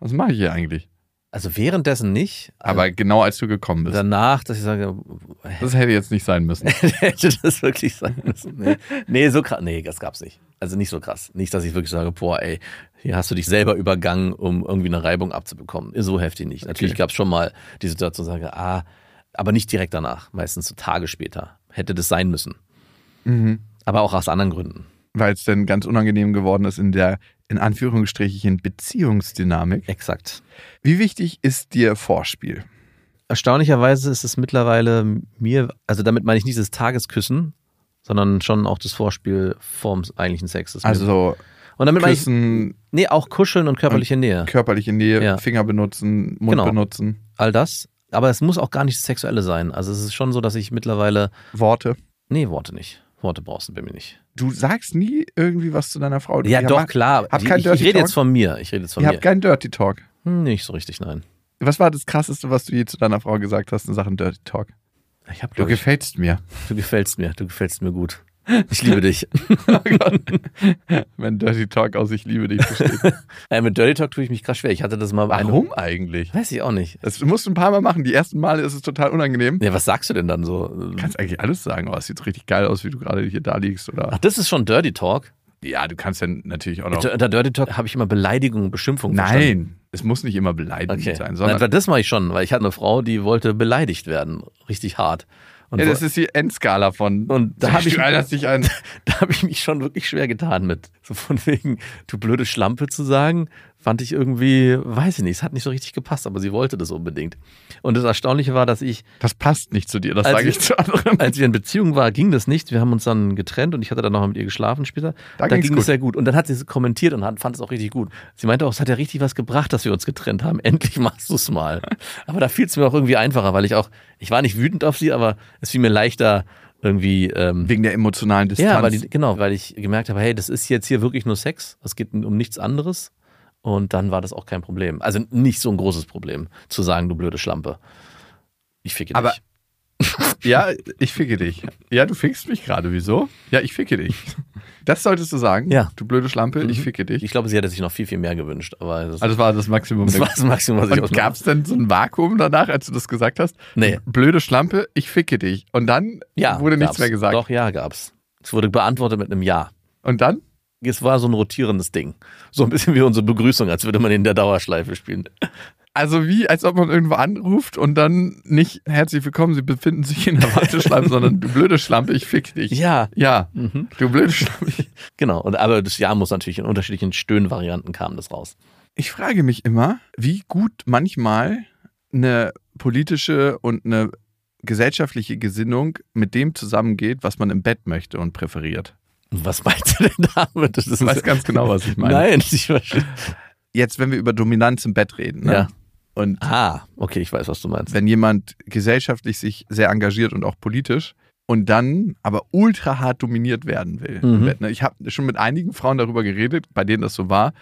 [SPEAKER 5] was mache ich hier eigentlich?
[SPEAKER 6] Also währenddessen nicht.
[SPEAKER 5] Aber genau als du gekommen bist.
[SPEAKER 6] danach, dass ich sage,
[SPEAKER 5] Das hätte jetzt nicht sein müssen.
[SPEAKER 6] hätte das wirklich sein müssen. Nee, nee so krass. Nee, das gab's nicht. Also nicht so krass. Nicht, dass ich wirklich sage, boah, ey, hier hast du dich selber übergangen, um irgendwie eine Reibung abzubekommen. So heftig nicht. Natürlich gab's schon mal die Situation, sage, ah, aber nicht direkt danach, meistens so Tage später. Hätte das sein müssen.
[SPEAKER 5] Mhm.
[SPEAKER 6] Aber auch aus anderen Gründen.
[SPEAKER 5] Weil es dann ganz unangenehm geworden ist in der, in Anführungsstrichen, Beziehungsdynamik.
[SPEAKER 6] Exakt.
[SPEAKER 5] Wie wichtig ist dir Vorspiel?
[SPEAKER 6] Erstaunlicherweise ist es mittlerweile mir, also damit meine ich nicht das Tagesküssen, sondern schon auch das Vorspiel vorm eigentlichen Sex. ist mir-
[SPEAKER 5] Also
[SPEAKER 6] und damit meine ich,
[SPEAKER 5] Küssen,
[SPEAKER 6] nee, auch Kuscheln und körperliche Nähe.
[SPEAKER 5] körperliche Nähe,
[SPEAKER 6] Ja.
[SPEAKER 5] Finger benutzen, Mund
[SPEAKER 6] Genau.
[SPEAKER 5] benutzen,
[SPEAKER 6] all das. Aber es muss auch gar nicht das Sexuelle sein. Also es ist schon so, dass ich mittlerweile.
[SPEAKER 5] Worte.
[SPEAKER 6] Nee, Worte nicht. Worte brauchst du bei mir nicht.
[SPEAKER 5] Du sagst nie irgendwie was zu deiner Frau.
[SPEAKER 6] Ja,
[SPEAKER 5] Ihr
[SPEAKER 6] doch,
[SPEAKER 5] macht-
[SPEAKER 6] klar.
[SPEAKER 5] hab
[SPEAKER 6] Die-
[SPEAKER 5] kein
[SPEAKER 6] ich ich
[SPEAKER 5] Dirty
[SPEAKER 6] rede
[SPEAKER 5] Talk?
[SPEAKER 6] jetzt von mir. Ich rede jetzt von
[SPEAKER 5] Ihr
[SPEAKER 6] mir.
[SPEAKER 5] habt keinen Dirty Talk.
[SPEAKER 6] Hm, Nicht so richtig, nein.
[SPEAKER 5] Was war das Krasseste, was du je zu deiner Frau gesagt hast in Sachen Dirty Talk?
[SPEAKER 6] Ich hab,
[SPEAKER 5] Du
[SPEAKER 6] glaub ich,
[SPEAKER 5] gefällst mir.
[SPEAKER 6] du gefällst mir. Du gefällst mir gut. Ich liebe dich.
[SPEAKER 5] Wenn Dirty Talk aus Ich liebe dich besteht.
[SPEAKER 6] äh, mit Dirty Talk tue ich mich krass schwer. Ich hatte das mal. Eine,
[SPEAKER 5] Warum eigentlich?
[SPEAKER 6] weiß ich auch nicht.
[SPEAKER 5] Das musst du ein paar Mal machen. Die ersten Male ist es total unangenehm.
[SPEAKER 6] Ja, was sagst du denn dann so?
[SPEAKER 5] Du kannst eigentlich alles sagen. Oh, es sieht richtig geil aus, wie du gerade hier da liegst.
[SPEAKER 6] Ach,
[SPEAKER 5] Oder
[SPEAKER 6] das ist schon Dirty Talk.
[SPEAKER 5] ja, du kannst ja natürlich auch noch.
[SPEAKER 6] Unter Dirty Talk habe ich immer Beleidigungen und Beschimpfungen verstanden.
[SPEAKER 5] Nein, es muss nicht immer beleidigend
[SPEAKER 6] Okay.
[SPEAKER 5] sein,
[SPEAKER 6] Nein,
[SPEAKER 5] sondern
[SPEAKER 6] aber das mache ich schon, weil ich hatte eine Frau, die wollte beleidigt werden. Richtig hart. Und
[SPEAKER 5] ja,
[SPEAKER 6] wo-
[SPEAKER 5] das ist die Endskala von.
[SPEAKER 6] Und da hab ich-
[SPEAKER 5] du erinnerst dich an.
[SPEAKER 6] da habe ich mich schon wirklich schwer getan mit. So von wegen, du blöde Schlampe zu sagen, fand ich irgendwie, weiß ich nicht, es hat nicht so richtig gepasst, aber sie wollte das unbedingt. Und das Erstaunliche war, dass ich,
[SPEAKER 5] Das passt nicht zu dir. Das
[SPEAKER 6] Also-
[SPEAKER 5] sage ich zu anderen.
[SPEAKER 6] als wir in Beziehung waren, ging das nicht. Wir haben uns dann getrennt und ich hatte dann nochmal mit ihr geschlafen später.
[SPEAKER 5] Da
[SPEAKER 6] Da,
[SPEAKER 5] ging's
[SPEAKER 6] ging
[SPEAKER 5] gut.
[SPEAKER 6] es sehr gut. Und dann hat sie es kommentiert und hat, fand es auch richtig gut. Sie meinte auch, es hat ja richtig was gebracht, dass wir uns getrennt haben. Endlich machst du es mal. aber da fiel es mir auch irgendwie einfacher, weil ich auch, ich war nicht wütend auf sie, aber es fiel mir leichter irgendwie. Ähm,
[SPEAKER 5] Wegen der emotionalen Distanz.
[SPEAKER 6] Ja, weil die, genau, weil ich gemerkt habe, hey, das ist jetzt hier wirklich nur Sex. Es geht um nichts anderes. Und dann war das auch kein Problem. Also nicht so ein großes Problem, zu sagen, du blöde Schlampe. Ich ficke dich.
[SPEAKER 5] Aber- Ja, ich ficke dich. Ja, du fickst mich gerade. Wieso? Ja, ich ficke dich. Das solltest du sagen.
[SPEAKER 6] Ja. Mhm.
[SPEAKER 5] Du blöde Schlampe, ich ficke dich.
[SPEAKER 6] ich glaube, sie hätte sich noch viel, viel mehr gewünscht. Aber das,
[SPEAKER 5] Also das war das Maximum.
[SPEAKER 6] das
[SPEAKER 5] der-
[SPEAKER 6] war das Maximum, was ich
[SPEAKER 5] Und
[SPEAKER 6] ausmachen-
[SPEAKER 5] gab es denn so ein Vakuum danach, als du das gesagt hast?
[SPEAKER 6] Nee.
[SPEAKER 5] Blöde Schlampe, ich ficke dich. Und dann
[SPEAKER 6] ja,
[SPEAKER 5] wurde nichts
[SPEAKER 6] gab's.
[SPEAKER 5] mehr gesagt.
[SPEAKER 6] Doch, ja, gab's. Es wurde beantwortet mit einem Ja.
[SPEAKER 5] Und dann?
[SPEAKER 6] Es war so ein rotierendes Ding. So ein bisschen wie unsere Begrüßung, als würde man in der Dauerschleife spielen.
[SPEAKER 5] Also wie, als ob man irgendwo anruft und dann nicht herzlich willkommen, sie befinden sich in der Warteschlampe, sondern du blöde Schlampe, ich fick dich.
[SPEAKER 6] Ja.
[SPEAKER 5] Ja, du blöde Schlampe. Ich,
[SPEAKER 6] Mhm. Genau. Und, aber das Ja muss natürlich in unterschiedlichen Stöhnvarianten kam das raus.
[SPEAKER 5] ich frage mich immer, wie gut manchmal eine politische und eine gesellschaftliche Gesinnung mit dem zusammengeht, was man im Bett möchte und präferiert.
[SPEAKER 6] Was meinst du denn damit? Das ist
[SPEAKER 5] Ich weiß ganz genau, was ich meine.
[SPEAKER 6] Nein, ich verstehe.
[SPEAKER 5] Jetzt, wenn wir über Dominanz im Bett reden, ne?
[SPEAKER 6] Ja.
[SPEAKER 5] und
[SPEAKER 6] Ah, okay, ich weiß, was du meinst.
[SPEAKER 5] wenn jemand gesellschaftlich sich sehr engagiert und auch politisch und dann aber ultra hart dominiert werden will. im
[SPEAKER 6] Mhm.
[SPEAKER 5] Bett, ne? Ich habe schon mit einigen Frauen darüber geredet, bei denen das so war.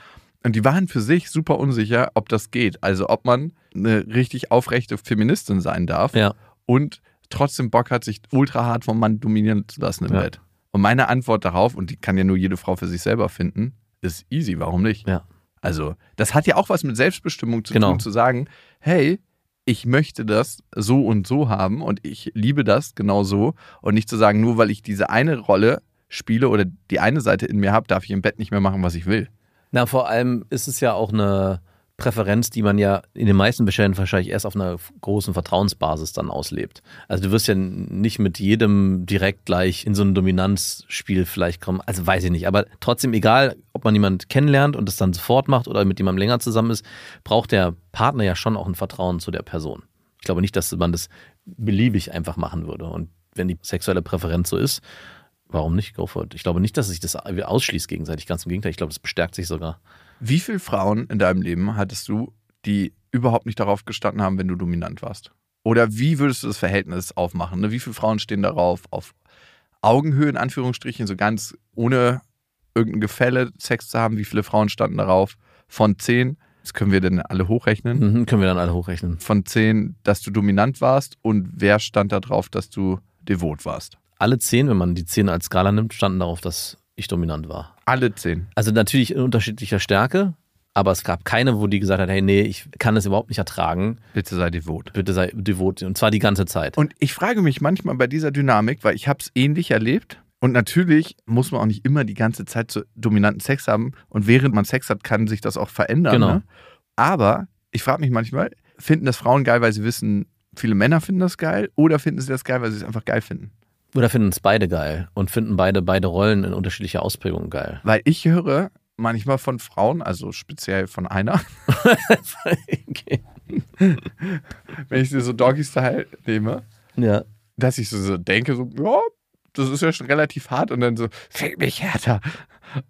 [SPEAKER 5] Und die waren für sich super unsicher, ob das geht. Also ob man eine richtig aufrechte Feministin sein darf
[SPEAKER 6] Ja.
[SPEAKER 5] und trotzdem Bock hat, sich ultra hart vom Mann dominieren zu lassen im
[SPEAKER 6] Ja.
[SPEAKER 5] Bett. Und meine Antwort darauf, und die kann ja nur jede Frau für sich selber finden, ist easy, warum nicht?
[SPEAKER 6] Ja.
[SPEAKER 5] Also, das hat ja auch was mit Selbstbestimmung zu
[SPEAKER 6] Genau.
[SPEAKER 5] tun, zu sagen, hey, ich möchte das so und so haben und ich liebe das genau so. Und nicht zu sagen, nur weil ich diese eine Rolle spiele oder die eine Seite in mir habe, darf ich im Bett nicht mehr machen, was ich will.
[SPEAKER 6] Na, vor allem ist es ja auch eine Präferenz, die man ja in den meisten Fällen wahrscheinlich erst auf einer f- großen Vertrauensbasis dann auslebt. Also du wirst ja n- nicht mit jedem direkt gleich in so ein Dominanzspiel vielleicht kommen. Also weiß ich nicht. Aber trotzdem, egal, ob man jemanden kennenlernt und das dann sofort macht oder mit jemandem länger zusammen ist, braucht der Partner ja schon auch ein Vertrauen zu der Person. Ich glaube nicht, dass man das beliebig einfach machen würde. Und wenn die sexuelle Präferenz so ist, warum nicht? Go for it. Ich glaube nicht, dass sich das ausschließt gegenseitig. Ganz im Gegenteil. Ich glaube, das bestärkt sich sogar.
[SPEAKER 5] Wie viele Frauen in deinem Leben hattest du, die überhaupt nicht darauf gestanden haben, wenn du dominant warst? Oder wie würdest du das Verhältnis aufmachen? Ne? Wie viele Frauen stehen darauf, auf Augenhöhe in Anführungsstrichen, so ganz ohne irgendein Gefälle Sex zu haben? Wie viele Frauen standen darauf? Von zehn, das können wir denn alle hochrechnen,
[SPEAKER 6] Mhm, können wir dann alle hochrechnen.
[SPEAKER 5] von zehn, dass du dominant warst und wer stand da drauf, dass du devot warst?
[SPEAKER 6] Alle zehn, wenn man die zehn als Skala nimmt, standen darauf, dass ich dominant war.
[SPEAKER 5] Alle zehn.
[SPEAKER 6] Also natürlich in unterschiedlicher Stärke, aber es gab keine, wo die gesagt hat, hey, nee, ich kann das überhaupt nicht ertragen.
[SPEAKER 5] Bitte sei devot.
[SPEAKER 6] Bitte sei devot. Und zwar die ganze Zeit.
[SPEAKER 5] Und ich frage mich manchmal bei dieser Dynamik, weil ich habe es ähnlich erlebt. Und natürlich muss man auch nicht immer die ganze Zeit so dominanten Sex haben. Und während man Sex hat, kann sich das auch verändern.
[SPEAKER 6] Genau.
[SPEAKER 5] Ne? Aber ich frage mich manchmal, finden das Frauen geil, weil sie wissen, viele Männer finden das geil? Oder finden sie das geil, weil sie es einfach geil finden?
[SPEAKER 6] Oder finden es beide geil und finden beide beide Rollen in unterschiedlicher Ausprägung geil.
[SPEAKER 5] Weil ich höre manchmal von Frauen, also speziell von einer,
[SPEAKER 6] okay.
[SPEAKER 5] wenn ich sie so Doggy-Style nehme,
[SPEAKER 6] Ja.
[SPEAKER 5] dass ich so, so denke, so, ja, das ist ja schon relativ hart und dann so, fick mich härter.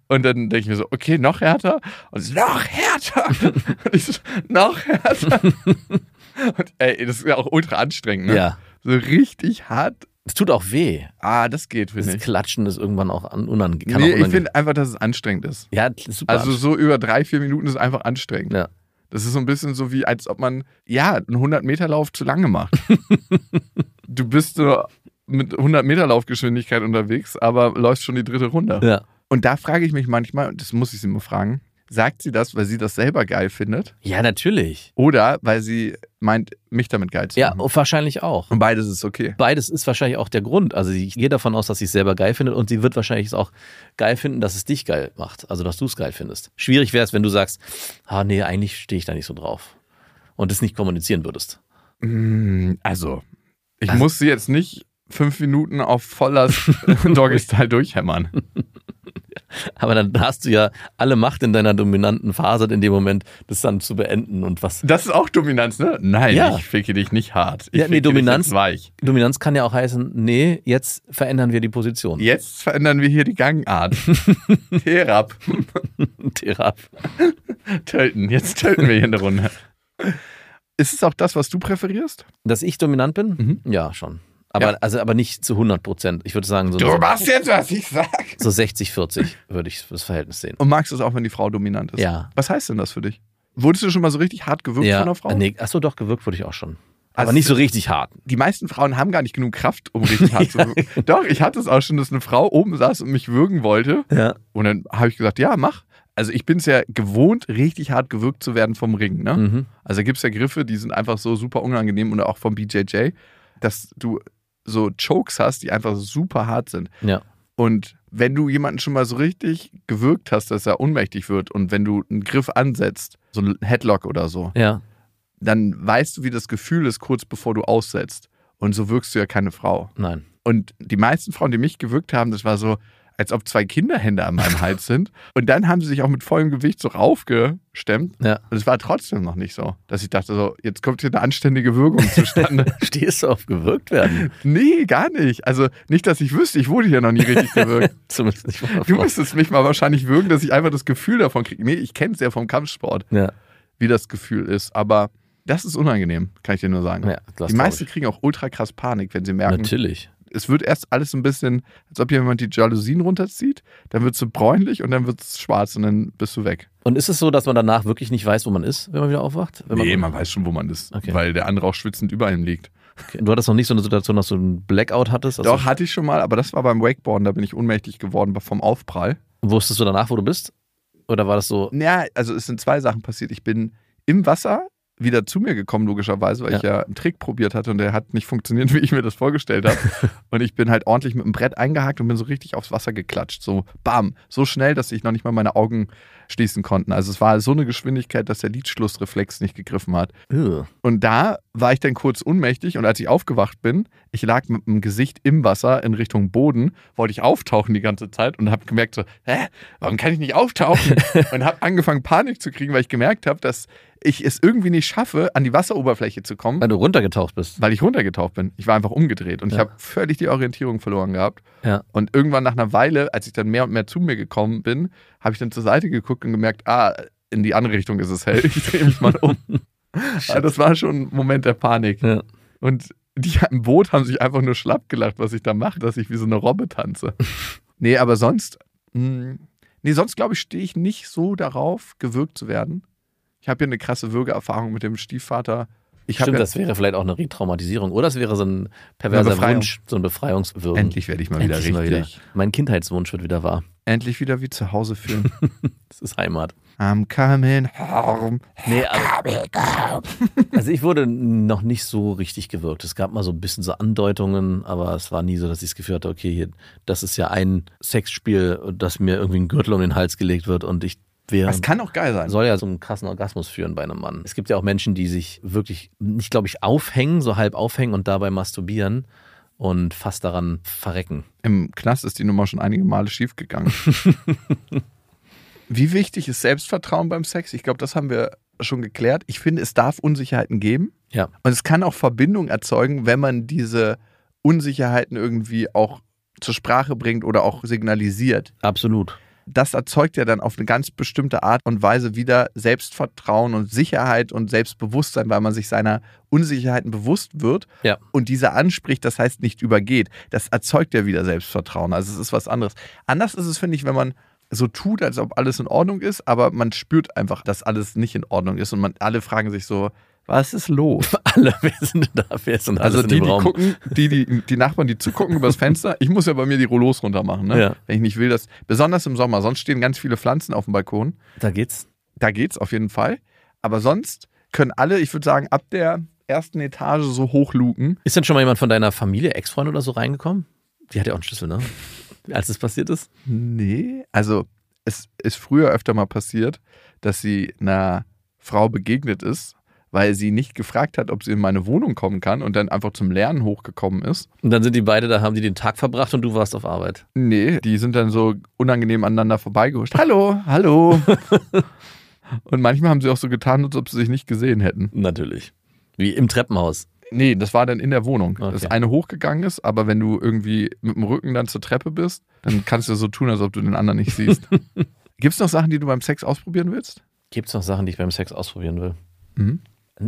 [SPEAKER 5] Und dann denke ich mir so, okay, noch härter. Und so, noch härter. und ich so, noch härter. und ey, das ist ja auch ultra anstrengend, ne?
[SPEAKER 6] Ja.
[SPEAKER 5] So richtig hart.
[SPEAKER 6] Es tut auch weh.
[SPEAKER 5] Ah, das geht, finde
[SPEAKER 6] Das
[SPEAKER 5] ich.
[SPEAKER 6] Klatschen ist irgendwann auch an, unange kann
[SPEAKER 5] Nee,
[SPEAKER 6] auch
[SPEAKER 5] ich
[SPEAKER 6] unangenehm.
[SPEAKER 5] finde einfach, dass es anstrengend ist.
[SPEAKER 6] Ja, das ist super.
[SPEAKER 5] Also so über drei, vier Minuten ist einfach anstrengend.
[SPEAKER 6] Ja.
[SPEAKER 5] Das ist so ein bisschen so wie, als ob man, ja, einen 100-Meter-Lauf zu lange macht. du bist so mit 100-Meter-Laufgeschwindigkeit unterwegs, aber läufst schon die dritte Runde.
[SPEAKER 6] ja.
[SPEAKER 5] Und da frage ich mich manchmal, und das muss ich sie mal fragen, sagt sie das, weil sie das selber geil findet
[SPEAKER 6] ja, natürlich.
[SPEAKER 5] oder weil sie meint, mich damit geil zu
[SPEAKER 6] Ja,
[SPEAKER 5] machen?
[SPEAKER 6] und wahrscheinlich auch.
[SPEAKER 5] Und beides ist okay.
[SPEAKER 6] Beides ist wahrscheinlich auch der Grund. Also ich gehe davon aus, dass sie es selber geil findet und sie wird wahrscheinlich es auch geil finden, dass es dich geil macht. Also dass du es geil findest. Schwierig wäre es, wenn du sagst, ah nee, eigentlich stehe ich da nicht so drauf. Und das nicht kommunizieren würdest.
[SPEAKER 5] Mm, Also, ich
[SPEAKER 6] Also-
[SPEAKER 5] muss sie jetzt nicht fünf Minuten auf Vollers Doggy-Style durchhämmern.
[SPEAKER 6] Aber dann hast du ja alle Macht in deiner dominanten Phase in dem Moment, das dann zu beenden und was.
[SPEAKER 5] Das ist auch Dominanz, ne? Nein,
[SPEAKER 6] Ja.
[SPEAKER 5] ich ficke dich nicht hart. Ich
[SPEAKER 6] Ja, nee,
[SPEAKER 5] ficke
[SPEAKER 6] Dominanz-
[SPEAKER 5] Dich jetzt weich.
[SPEAKER 6] Dominanz kann ja auch heißen, nee, jetzt verändern wir die Position.
[SPEAKER 5] Jetzt verändern wir hier die Gangart. Herab,
[SPEAKER 6] Terab.
[SPEAKER 5] töten. Jetzt töten wir hier eine Runde. Ist es auch das, was du präferierst?
[SPEAKER 6] Dass ich dominant bin? Ja, schon. Aber,
[SPEAKER 5] Mhm. Ja.
[SPEAKER 6] also, aber nicht zu 100 Prozent. Ich würde sagen, so,
[SPEAKER 5] Du machst jetzt, was ich sag.
[SPEAKER 6] so 60, 40 würde ich das Verhältnis sehen.
[SPEAKER 5] Und magst es auch, wenn die Frau dominant ist.
[SPEAKER 6] Ja.
[SPEAKER 5] Was heißt denn das für dich? Wurdest du schon mal so richtig hart gewürgt
[SPEAKER 6] ja.
[SPEAKER 5] von einer Frau?
[SPEAKER 6] Nee, achso, doch, gewirkt wurde ich auch schon. Aber
[SPEAKER 5] Also-
[SPEAKER 6] nicht so richtig hart.
[SPEAKER 5] Die meisten Frauen haben gar nicht genug Kraft, um richtig hart zu wirken. Doch, ich hatte es auch schon, dass eine Frau oben saß und mich würgen wollte.
[SPEAKER 6] Ja.
[SPEAKER 5] Und dann habe ich gesagt, ja, mach. Also ich bin es ja gewohnt, richtig hart gewürgt zu werden vom Ring. Ne?
[SPEAKER 6] Mhm.
[SPEAKER 5] Also da gibt es ja Griffe, die sind einfach so super unangenehm und auch vom BJJ, dass du so Chokes hast, die einfach super hart sind.
[SPEAKER 6] Ja.
[SPEAKER 5] Und wenn du jemanden schon mal so richtig gewürgt hast, dass er ohnmächtig wird und wenn du einen Griff ansetzt, so einen Headlock oder so,
[SPEAKER 6] Ja.
[SPEAKER 5] dann weißt du, wie das Gefühl ist, kurz bevor du aussetzt. Und so wirkst du ja keine Frau.
[SPEAKER 6] Nein.
[SPEAKER 5] Und die meisten Frauen, die mich gewürgt haben, das war so, als ob zwei Kinderhände an meinem Hals sind. Und dann haben sie sich auch mit vollem Gewicht so raufgestemmt.
[SPEAKER 6] Ja.
[SPEAKER 5] Und es war trotzdem noch nicht so, dass ich dachte, so, jetzt kommt hier eine anständige Wirkung zustande.
[SPEAKER 6] Stehst du auf gewirkt werden?
[SPEAKER 5] nee, gar nicht. Also nicht, dass ich wüsste, ich wurde hier noch nie richtig gewürgt.
[SPEAKER 6] Zumindest nicht von einer
[SPEAKER 5] Du
[SPEAKER 6] Frau.
[SPEAKER 5] müsstest mich mal wahrscheinlich würgen, dass ich einfach das Gefühl davon kriege. Nee, ich kenne es ja vom Kampfsport,
[SPEAKER 6] Ja.
[SPEAKER 5] wie das Gefühl ist. Aber das ist unangenehm, kann ich dir nur sagen.
[SPEAKER 6] Ja, das glaub
[SPEAKER 5] die
[SPEAKER 6] ich.
[SPEAKER 5] meisten kriegen auch ultra krass Panik, wenn sie merken,
[SPEAKER 6] Natürlich.
[SPEAKER 5] es wird erst alles ein bisschen, als ob jemand die Jalousien runterzieht, dann wird es so bräunlich und dann wird es schwarz und dann bist du weg.
[SPEAKER 6] Und ist es so, dass man danach wirklich nicht weiß, wo man ist, wenn man wieder aufwacht? Wenn man,
[SPEAKER 5] weiß schon, wo man ist,
[SPEAKER 6] Okay.
[SPEAKER 5] weil der andere auch schwitzend über ihm liegt.
[SPEAKER 6] Okay. Du hattest noch nicht so eine Situation, dass du einen Blackout hattest? Also
[SPEAKER 5] Doch, hatte ich schon mal, aber das war beim Wakeboarden, da bin ich ohnmächtig geworden vom Aufprall.
[SPEAKER 6] Wusstest du danach, wo du bist? Oder war das so?
[SPEAKER 5] Naja, also es sind zwei Sachen passiert. Ich bin im Wasser wieder zu mir gekommen, logischerweise, weil
[SPEAKER 6] Ja.
[SPEAKER 5] ich ja einen Trick probiert hatte und der hat nicht funktioniert, wie ich mir das vorgestellt habe. und ich bin halt ordentlich mit dem Brett eingehakt und bin so richtig aufs Wasser geklatscht. So bam, so schnell, dass ich noch nicht mal meine Augen schließen konnten. Also es war so eine Geschwindigkeit, dass der Lidschlussreflex nicht gegriffen hat.
[SPEAKER 6] Ugh.
[SPEAKER 5] Und da war ich dann kurz ohnmächtig und als ich aufgewacht bin, ich lag mit dem Gesicht im Wasser in Richtung Boden, wollte ich auftauchen die ganze Zeit und habe gemerkt so, hä, warum kann ich nicht auftauchen? und habe angefangen Panik zu kriegen, weil ich gemerkt habe, dass ich es irgendwie nicht schaffe, an die Wasseroberfläche zu kommen,
[SPEAKER 6] Weil du runtergetaucht bist.
[SPEAKER 5] weil ich runtergetaucht bin. Ich war einfach umgedreht und ich
[SPEAKER 6] Ja.
[SPEAKER 5] habe völlig die Orientierung verloren gehabt.
[SPEAKER 6] Ja.
[SPEAKER 5] Und irgendwann nach einer Weile, als ich dann mehr und mehr zu mir gekommen bin, habe ich dann zur Seite geguckt und gemerkt, ah, in die andere Richtung ist es hell. Ich drehe mich mal um. Aber das war schon ein Moment der Panik.
[SPEAKER 6] Ja.
[SPEAKER 5] Und die im Boot haben sich einfach nur schlapp gelacht, was ich da mache, dass ich wie so eine Robbe tanze. nee, aber sonst, mh, nee, sonst glaube ich, stehe ich nicht so darauf, gewürgt zu werden. Ich habe hier eine krasse Würgeerfahrung mit dem Stiefvater. Ich habe
[SPEAKER 6] Stimmt,
[SPEAKER 5] ja,
[SPEAKER 6] das wäre vielleicht auch eine Retraumatisierung. Oder es wäre so ein perverser
[SPEAKER 5] Befreiung.
[SPEAKER 6] Wunsch, so ein Befreiungswirken.
[SPEAKER 5] endlich werde ich mal
[SPEAKER 6] Endlich
[SPEAKER 5] wieder
[SPEAKER 6] mal
[SPEAKER 5] richtig.
[SPEAKER 6] wieder. Mein Kindheitswunsch wird wieder wahr.
[SPEAKER 5] Endlich wieder wie zu Hause fühlen.
[SPEAKER 6] Das ist Heimat.
[SPEAKER 5] I'm coming home.
[SPEAKER 6] Nee, aber, also ich wurde noch nicht so richtig gewirkt. Es gab mal so ein bisschen so Andeutungen, aber es war nie so, dass ich das Gefühl hatte, okay, hier, das ist ja ein Sexspiel, dass mir irgendwie ein Gürtel um den Hals gelegt wird und ich wäre
[SPEAKER 5] Das kann auch geil sein.
[SPEAKER 6] soll ja so einen krassen Orgasmus führen bei einem Mann. Es gibt ja auch Menschen, die sich wirklich, nicht glaube ich, aufhängen, so halb aufhängen und dabei masturbieren und fast daran verrecken.
[SPEAKER 5] Im Knast ist die Nummer schon einige Male schiefgegangen. Wie wichtig ist Selbstvertrauen beim Sex? Ich glaube, das haben wir schon geklärt. Ich finde, es darf Unsicherheiten geben.
[SPEAKER 6] Ja.
[SPEAKER 5] Und es kann auch Verbindung erzeugen, wenn man diese Unsicherheiten irgendwie auch zur Sprache bringt oder auch signalisiert.
[SPEAKER 6] Absolut.
[SPEAKER 5] Das erzeugt ja dann auf eine ganz bestimmte Art und Weise wieder Selbstvertrauen und Sicherheit und Selbstbewusstsein, weil man sich seiner Unsicherheiten bewusst wird
[SPEAKER 6] Ja.
[SPEAKER 5] und diese anspricht, das heißt nicht übergeht. Das erzeugt ja wieder Selbstvertrauen. Also es ist was anderes. Anders ist es, finde ich, wenn man so tut, als ob alles in Ordnung ist, aber man spürt einfach, dass alles nicht in Ordnung ist und man alle fragen sich so, was ist los?
[SPEAKER 6] Alle, wer sind denn da? Wer ist denn alles
[SPEAKER 5] Also
[SPEAKER 6] in
[SPEAKER 5] die,
[SPEAKER 6] dem
[SPEAKER 5] die
[SPEAKER 6] Raum?
[SPEAKER 5] gucken, die, die, die Nachbarn, die zugucken übers Fenster. Ich muss ja bei mir die Rollos runter machen, ne?
[SPEAKER 6] Ja.
[SPEAKER 5] wenn ich nicht will, dass, besonders im Sommer, sonst stehen ganz viele Pflanzen auf dem Balkon.
[SPEAKER 6] Da geht's.
[SPEAKER 5] Da geht's auf jeden Fall. Aber sonst können alle, ich würde sagen, ab der ersten Etage so hochluken.
[SPEAKER 6] Ist denn schon mal jemand von deiner Familie, Ex-Freund oder so reingekommen? Die hat ja auch einen Schlüssel, ne? Als es passiert ist?
[SPEAKER 5] Nee, also es ist früher öfter mal passiert, dass sie einer Frau begegnet ist, weil sie nicht gefragt hat, ob sie in meine Wohnung kommen kann und dann einfach zum Lernen hochgekommen ist.
[SPEAKER 6] Und dann sind die beide da, haben die den Tag verbracht und du warst auf Arbeit.
[SPEAKER 5] Nee, die sind dann so unangenehm aneinander vorbeigehuscht. Hallo, hallo. und manchmal haben sie auch so getan, als ob sie sich nicht gesehen hätten.
[SPEAKER 6] Natürlich. Wie im Treppenhaus.
[SPEAKER 5] Nee, das war dann in der Wohnung. Dass
[SPEAKER 6] Okay.
[SPEAKER 5] eine hochgegangen ist, aber wenn du irgendwie mit dem Rücken dann zur Treppe bist, dann kannst du so tun, als ob du den anderen nicht siehst. Gibt es noch Sachen, die du beim Sex ausprobieren willst?
[SPEAKER 6] Gibt's noch Sachen, die ich beim Sex ausprobieren will?
[SPEAKER 5] Mhm.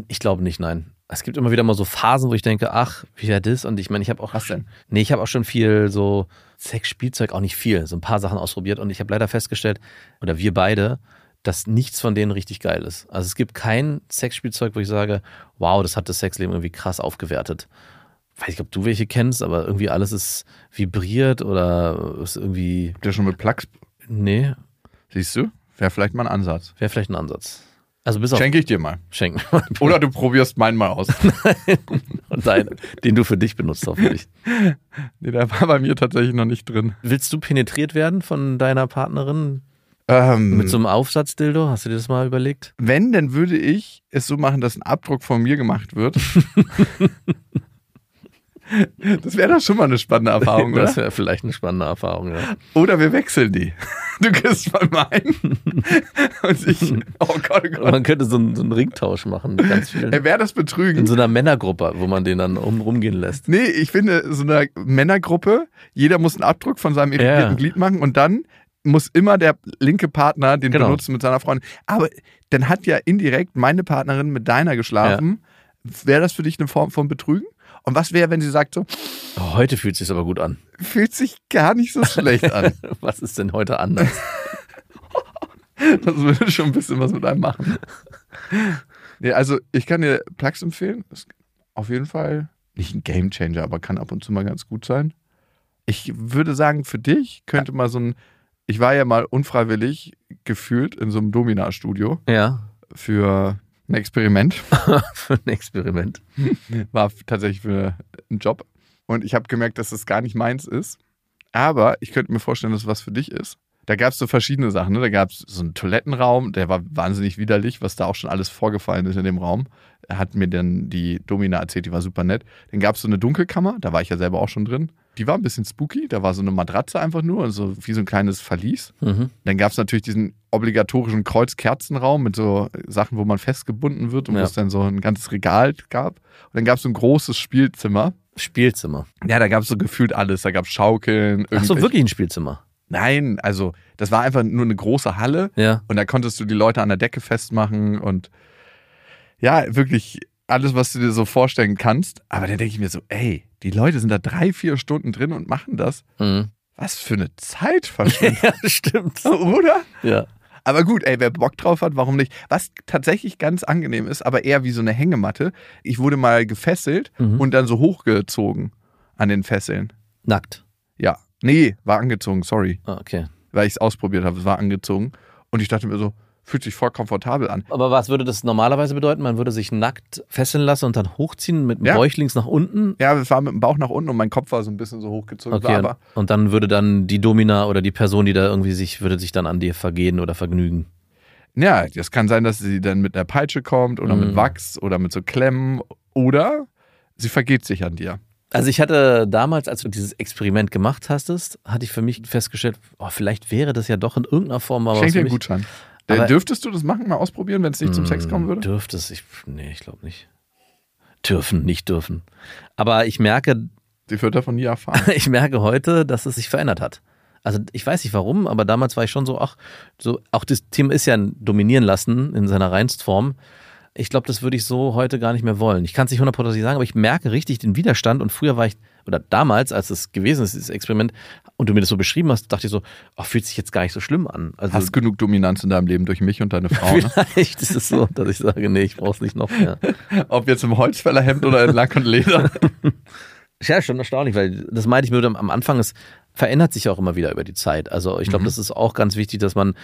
[SPEAKER 6] Ich glaube nicht, nein. es gibt immer wieder mal so Phasen, wo ich denke, ach, wie wäre das? Und ich meine, ich habe auch.
[SPEAKER 5] Was denn?
[SPEAKER 6] Nee, ich habe auch schon viel so Sex-Spielzeug, auch nicht viel, so ein paar Sachen ausprobiert. Und ich habe leider festgestellt, oder wir beide, dass nichts von denen richtig geil ist. Also es gibt kein Sexspielzeug, wo ich sage, wow, das hat das Sexleben irgendwie krass aufgewertet. Weiß nicht, ob du welche kennst, aber irgendwie alles ist vibriert oder ist irgendwie.
[SPEAKER 5] Habt ihr schon mit Plugs?
[SPEAKER 6] Nee,
[SPEAKER 5] Siehst du? Wäre vielleicht mal ein Ansatz.
[SPEAKER 6] wäre vielleicht ein Ansatz. Also bis auf
[SPEAKER 5] Schenke ich dir mal.
[SPEAKER 6] Schenken.
[SPEAKER 5] Oder du probierst meinen mal aus.
[SPEAKER 6] Und deinen, den du für dich benutzt, hoffentlich.
[SPEAKER 5] nee, der war bei mir tatsächlich noch nicht drin.
[SPEAKER 6] Willst du penetriert werden von deiner Partnerin
[SPEAKER 5] Ähm,
[SPEAKER 6] mit so einem Aufsatzdildo? Hast du dir das mal überlegt?
[SPEAKER 5] wenn, dann würde ich es so machen, dass ein Abdruck von mir gemacht wird. das wäre doch schon mal eine spannende Erfahrung, oder?
[SPEAKER 6] das wäre vielleicht eine spannende Erfahrung, ja.
[SPEAKER 5] Oder wir wechseln die. Du küsst mal meinen und ich. Oh Gott, oh
[SPEAKER 6] Oder
[SPEAKER 5] Gott.
[SPEAKER 6] man könnte so einen, so einen Ringtausch machen mit ganz vielen.
[SPEAKER 5] Ey, Wäre das Betrügen?
[SPEAKER 6] In so einer Männergruppe, wo man den dann um, rumgehen lässt.
[SPEAKER 5] Nee, ich finde, so eine Männergruppe, jeder muss einen Abdruck von seinem irritierten
[SPEAKER 6] Ja.
[SPEAKER 5] Glied machen und dann muss immer der linke Partner den
[SPEAKER 6] Genau.
[SPEAKER 5] benutzen mit seiner Freundin. Aber dann hat ja indirekt meine Partnerin mit deiner geschlafen. Wäre das für dich eine Form von Betrügen? Und was wäre, wenn sie sagt, so,
[SPEAKER 6] Oh, heute fühlt es sich aber gut an.
[SPEAKER 5] fühlt sich gar nicht so schlecht an?
[SPEAKER 6] Was ist denn heute anders?
[SPEAKER 5] Das würde schon ein bisschen was mit einem machen. Nee, also ich kann dir Plugs empfehlen. Ist auf jeden Fall nicht ein Game Changer, aber kann ab und zu mal ganz gut sein. Ich würde sagen, für dich könnte mal so ein. Ich war ja mal unfreiwillig gefühlt in so einem Domina-Studio
[SPEAKER 6] Ja,
[SPEAKER 5] für ein Experiment.
[SPEAKER 6] für ein Experiment.
[SPEAKER 5] War f- tatsächlich für einen Job. Und ich habe gemerkt, dass das gar nicht meins ist. Aber ich könnte mir vorstellen, dass es was für dich ist. Da gab es so verschiedene Sachen. Ne? Da gab es so einen Toilettenraum, der war wahnsinnig widerlich, was da auch schon alles vorgefallen ist in dem Raum. Er Hat mir dann die Domina erzählt, die war super nett. Dann gab es so eine Dunkelkammer, da war ich ja selber auch schon drin. Die war ein bisschen spooky, da war so eine Matratze einfach nur, und so wie so ein kleines Verlies.
[SPEAKER 6] Mhm.
[SPEAKER 5] Dann gab es natürlich diesen obligatorischen Kreuzkerzenraum mit so Sachen, wo man festgebunden wird und
[SPEAKER 6] Ja.
[SPEAKER 5] wo es dann so ein ganzes Regal gab. Und dann gab es so ein großes Spielzimmer.
[SPEAKER 6] Spielzimmer.
[SPEAKER 5] Ja, da gab es so gefühlt alles. Da gab es Schaukeln.
[SPEAKER 6] Ach so,
[SPEAKER 5] irgendwelche-
[SPEAKER 6] wirklich ein Spielzimmer.
[SPEAKER 5] Nein, also das war einfach nur eine große Halle
[SPEAKER 6] Ja.
[SPEAKER 5] und da konntest du die Leute an der Decke festmachen und ja, wirklich alles, was du dir so vorstellen kannst. Aber dann denke ich mir so, ey, die Leute sind da drei, vier Stunden drin und machen das.
[SPEAKER 6] Mhm. Oh.
[SPEAKER 5] Was für eine Zeitverschwendung,
[SPEAKER 6] Ja, stimmt.
[SPEAKER 5] oder?
[SPEAKER 6] Ja.
[SPEAKER 5] Aber gut, ey, wer Bock drauf hat, warum nicht? Was tatsächlich ganz angenehm ist, aber eher wie so eine Hängematte. Ich wurde mal gefesselt
[SPEAKER 6] Mhm.
[SPEAKER 5] und dann so hochgezogen an den Fesseln.
[SPEAKER 6] Nackt.
[SPEAKER 5] Ja. Nee, war angezogen, sorry.
[SPEAKER 6] Ah, okay.
[SPEAKER 5] Weil ich es ausprobiert habe, es war angezogen. Und ich dachte mir so, fühlt sich voll komfortabel an.
[SPEAKER 6] Aber was würde das normalerweise bedeuten? Man würde sich nackt fesseln lassen und dann hochziehen mit dem
[SPEAKER 5] Ja.
[SPEAKER 6] Bäuchlings nach unten.
[SPEAKER 5] Ja, es war mit dem Bauch nach unten und mein Kopf war so ein bisschen so hochgezogen.
[SPEAKER 6] Okay,
[SPEAKER 5] Aber
[SPEAKER 6] und- und dann würde dann die Domina oder die Person, die da irgendwie sich, würde sich dann an dir vergehen oder vergnügen.
[SPEAKER 5] ja, das kann sein, dass sie dann mit einer Peitsche kommt oder mit
[SPEAKER 6] Mhm.
[SPEAKER 5] Wachs oder mit so Klemmen oder sie vergeht sich an dir.
[SPEAKER 6] Also ich hatte damals, als du dieses Experiment gemacht hastest, hatte ich für mich festgestellt, oh, vielleicht wäre das ja doch in irgendeiner Form mal
[SPEAKER 5] Ich
[SPEAKER 6] was
[SPEAKER 5] Schenk
[SPEAKER 6] für
[SPEAKER 5] dir einen
[SPEAKER 6] mich.
[SPEAKER 5] Gutschein. Dann
[SPEAKER 6] Aber-
[SPEAKER 5] dürftest du das machen, mal ausprobieren, wenn es nicht zum Sex kommen würde?
[SPEAKER 6] Dürfte es? Ich, nee, ich glaube nicht. Dürfen, nicht dürfen. Aber ich merke,
[SPEAKER 5] Sie wird davon nie erfahren.
[SPEAKER 6] ich merke heute, dass es sich verändert hat. Also ich weiß nicht warum, aber damals war ich schon so, ach, so, auch das Thema ist ja ein dominieren lassen in seiner reinsten Form. Ich glaube, das würde ich so heute gar nicht mehr wollen. Ich kann es nicht hundertprozentig sagen, aber ich merke richtig den Widerstand. Und früher war ich, oder damals, als es gewesen ist, dieses Experiment, und du mir das so beschrieben hast, dachte ich so, ach, fühlt sich jetzt gar nicht so schlimm an. Also
[SPEAKER 5] Hast genug Dominanz in deinem Leben durch mich und deine Frau. Ne?
[SPEAKER 6] vielleicht ist es so, dass ich sage, nee, ich brauche es nicht noch mehr.
[SPEAKER 5] Ob jetzt im Holzfällerhemd oder in Lack und Leder.
[SPEAKER 6] Ja, schon erstaunlich, weil das meinte ich mir am Anfang, es verändert sich auch immer wieder über die Zeit. Also ich glaube, das ist auch ganz wichtig, dass man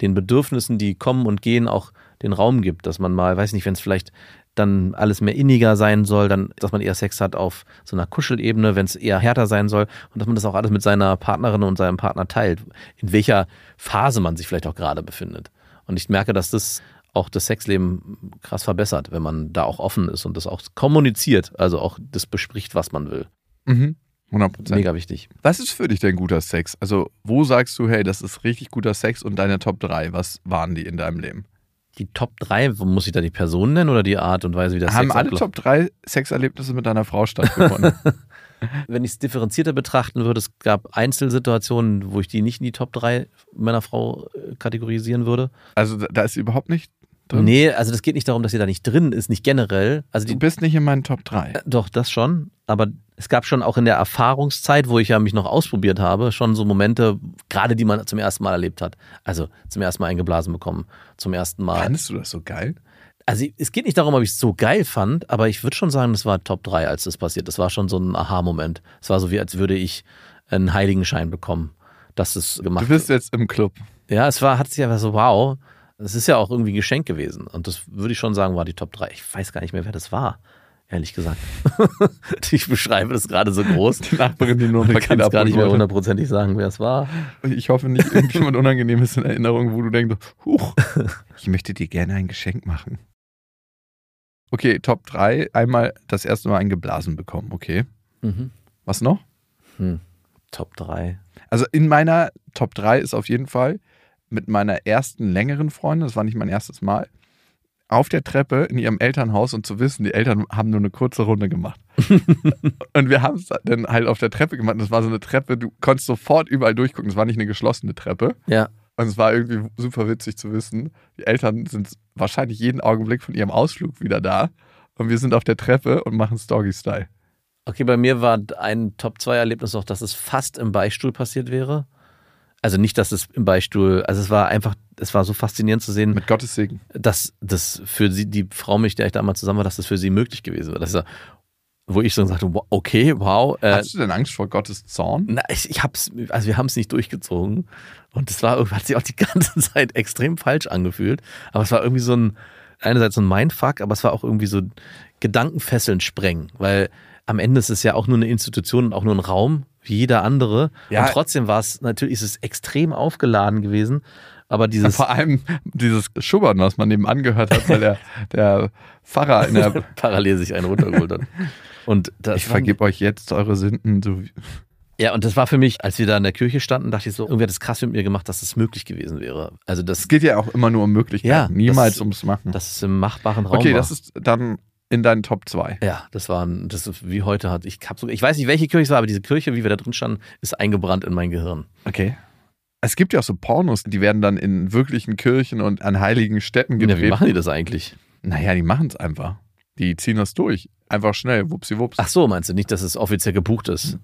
[SPEAKER 6] den Bedürfnissen, die kommen und gehen, auch den Raum gibt, dass man mal, weiß nicht, wenn es vielleicht dann alles mehr inniger sein soll, dann, dass man eher Sex hat auf so einer Kuschelebene, wenn es eher härter sein soll und dass man das auch alles mit seiner Partnerin und seinem Partner teilt, in welcher Phase man sich vielleicht auch gerade befindet. Und ich merke, dass das auch das Sexleben krass verbessert, wenn man da auch offen ist und das auch kommuniziert, also auch das bespricht, was man will.
[SPEAKER 5] Mhm. 100 Prozent.
[SPEAKER 6] Mega wichtig.
[SPEAKER 5] Was ist für dich denn guter Sex? Also, wo sagst du, hey, das ist richtig guter Sex und deine Top 3, was waren die in deinem Leben?
[SPEAKER 6] Die Top 3, muss ich da die Person nennen oder die Art und Weise, wie das
[SPEAKER 5] Haben
[SPEAKER 6] Sex
[SPEAKER 5] alle
[SPEAKER 6] abläuft?
[SPEAKER 5] Top 3 Sexerlebnisse mit deiner Frau stattgefunden?
[SPEAKER 6] Wenn ich es differenzierter betrachten würde, es gab Einzelsituationen, wo ich die nicht in die Top 3 meiner Frau äh, kategorisieren würde.
[SPEAKER 5] also, da- da ist überhaupt nicht drin?
[SPEAKER 6] Nee, also das geht nicht darum, dass sie da nicht drin ist, nicht generell. Also
[SPEAKER 5] Du
[SPEAKER 6] die,
[SPEAKER 5] bist nicht in meinen Top 3.
[SPEAKER 6] äh, doch, das schon. Aber es gab schon auch in der Erfahrungszeit, wo ich ja mich noch ausprobiert habe, schon so Momente, gerade die man zum ersten Mal erlebt hat. Also zum ersten Mal eingeblasen bekommen, zum ersten Mal.
[SPEAKER 5] Fandest du das so geil?
[SPEAKER 6] Also es geht nicht darum, ob ich es so geil fand, aber ich würde schon sagen, das war Top 3, als das passiert. Das war schon so ein Aha-Moment. Es war so wie, als würde ich einen Heiligenschein bekommen, dass es gemacht
[SPEAKER 5] Du bist jetzt im Club.
[SPEAKER 6] Ja, es war, hat sich einfach so, wow, es ist ja auch irgendwie ein Geschenk gewesen. Und das würde ich schon sagen, war die Top 3. Ich weiß gar nicht mehr, wer das war, ehrlich gesagt. ich beschreibe das gerade so groß.
[SPEAKER 5] Die Nachbarin, die nur ein
[SPEAKER 6] Ich kann
[SPEAKER 5] Paket
[SPEAKER 6] es gar nicht mehr
[SPEAKER 5] abholen wollte.
[SPEAKER 6] hundertprozentig sagen, wer es war.
[SPEAKER 5] Ich hoffe nicht, irgendjemand Unangenehmes in Erinnerung, wo du denkst, huch, ich möchte dir gerne ein Geschenk machen. Okay, Top 3. Einmal das erste Mal eingeblasen bekommen, okay.
[SPEAKER 6] Mhm.
[SPEAKER 5] Was noch?
[SPEAKER 6] Hm. Top 3.
[SPEAKER 5] Also in meiner Top 3 ist auf jeden Fall mit meiner ersten längeren Freundin, das war nicht mein erstes Mal, auf der Treppe in ihrem Elternhaus und zu wissen, die Eltern haben nur eine kurze Runde gemacht. und wir haben es dann halt auf der Treppe gemacht. Das war so eine Treppe, du konntest sofort überall durchgucken. Das war nicht eine geschlossene Treppe.
[SPEAKER 6] Ja.
[SPEAKER 5] Und es war irgendwie super witzig zu wissen, die Eltern sind wahrscheinlich jeden Augenblick von ihrem Ausflug wieder da. Und wir sind auf der Treppe und machen Story-Style.
[SPEAKER 6] Okay, bei mir war ein Top 2 Erlebnis noch, dass es fast im Beichtstuhl passiert wäre. Also nicht, dass es im Beichtstuhl, also es war einfach, es war so faszinierend zu sehen,
[SPEAKER 5] Mit Gottes Segen.
[SPEAKER 6] dass das für sie, die Frau, mit der ich damals zusammen war, dass das für sie möglich gewesen wäre. Das ist ja, wo ich so sagte, wow, okay, wow. Äh,
[SPEAKER 5] Hast du denn Angst vor Gottes Zorn?
[SPEAKER 6] na, ich, ich hab's, also wir haben es nicht durchgezogen. Und es war irgendwie- hat sich auch die ganze Zeit extrem falsch angefühlt. Aber es war irgendwie so ein, einerseits so ein Mindfuck, aber es war auch irgendwie so Gedankenfesseln sprengen. Weil am Ende ist es ja auch nur eine Institution und auch nur ein Raum, wie jeder andere.
[SPEAKER 5] Ja.
[SPEAKER 6] Und trotzdem war es, natürlich ist es extrem aufgeladen gewesen. Aber
[SPEAKER 5] Ja,
[SPEAKER 6] dieses
[SPEAKER 5] Vor allem dieses Schubert, was man nebenan gehört hat, weil der, der Pfarrer in der.
[SPEAKER 6] parallel sich einen runtergeholt hat. Und das
[SPEAKER 5] Ich vergebe euch jetzt eure Sünden. So wie,
[SPEAKER 6] Ja, und das war für mich, als wir da in der Kirche standen, dachte ich so, irgendwie hat das krass mit mir gemacht, dass das möglich gewesen wäre. Also, das,
[SPEAKER 5] es geht ja auch immer nur um Möglichkeiten,
[SPEAKER 6] Ja,
[SPEAKER 5] niemals
[SPEAKER 6] das-
[SPEAKER 5] ums Machen.
[SPEAKER 6] dass es im machbaren Raum
[SPEAKER 5] okay,
[SPEAKER 6] war.
[SPEAKER 5] das ist dann in deinen Top 2.
[SPEAKER 6] ja, das war ein- das ist wie heute hat. Ich hab so, ich weiß nicht, welche Kirche es war, aber diese Kirche, wie wir da drin standen, ist eingebrannt in mein Gehirn.
[SPEAKER 5] Okay. Es gibt ja auch so Pornos, die werden dann in wirklichen Kirchen und an heiligen Städten
[SPEAKER 6] Ja, wie
[SPEAKER 5] gedreht.
[SPEAKER 6] machen die das eigentlich?
[SPEAKER 5] naja, die machen es einfach. Die ziehen das durch. Einfach schnell, wupsi wups.
[SPEAKER 6] Ach so, meinst du nicht, dass es offiziell gebucht ist?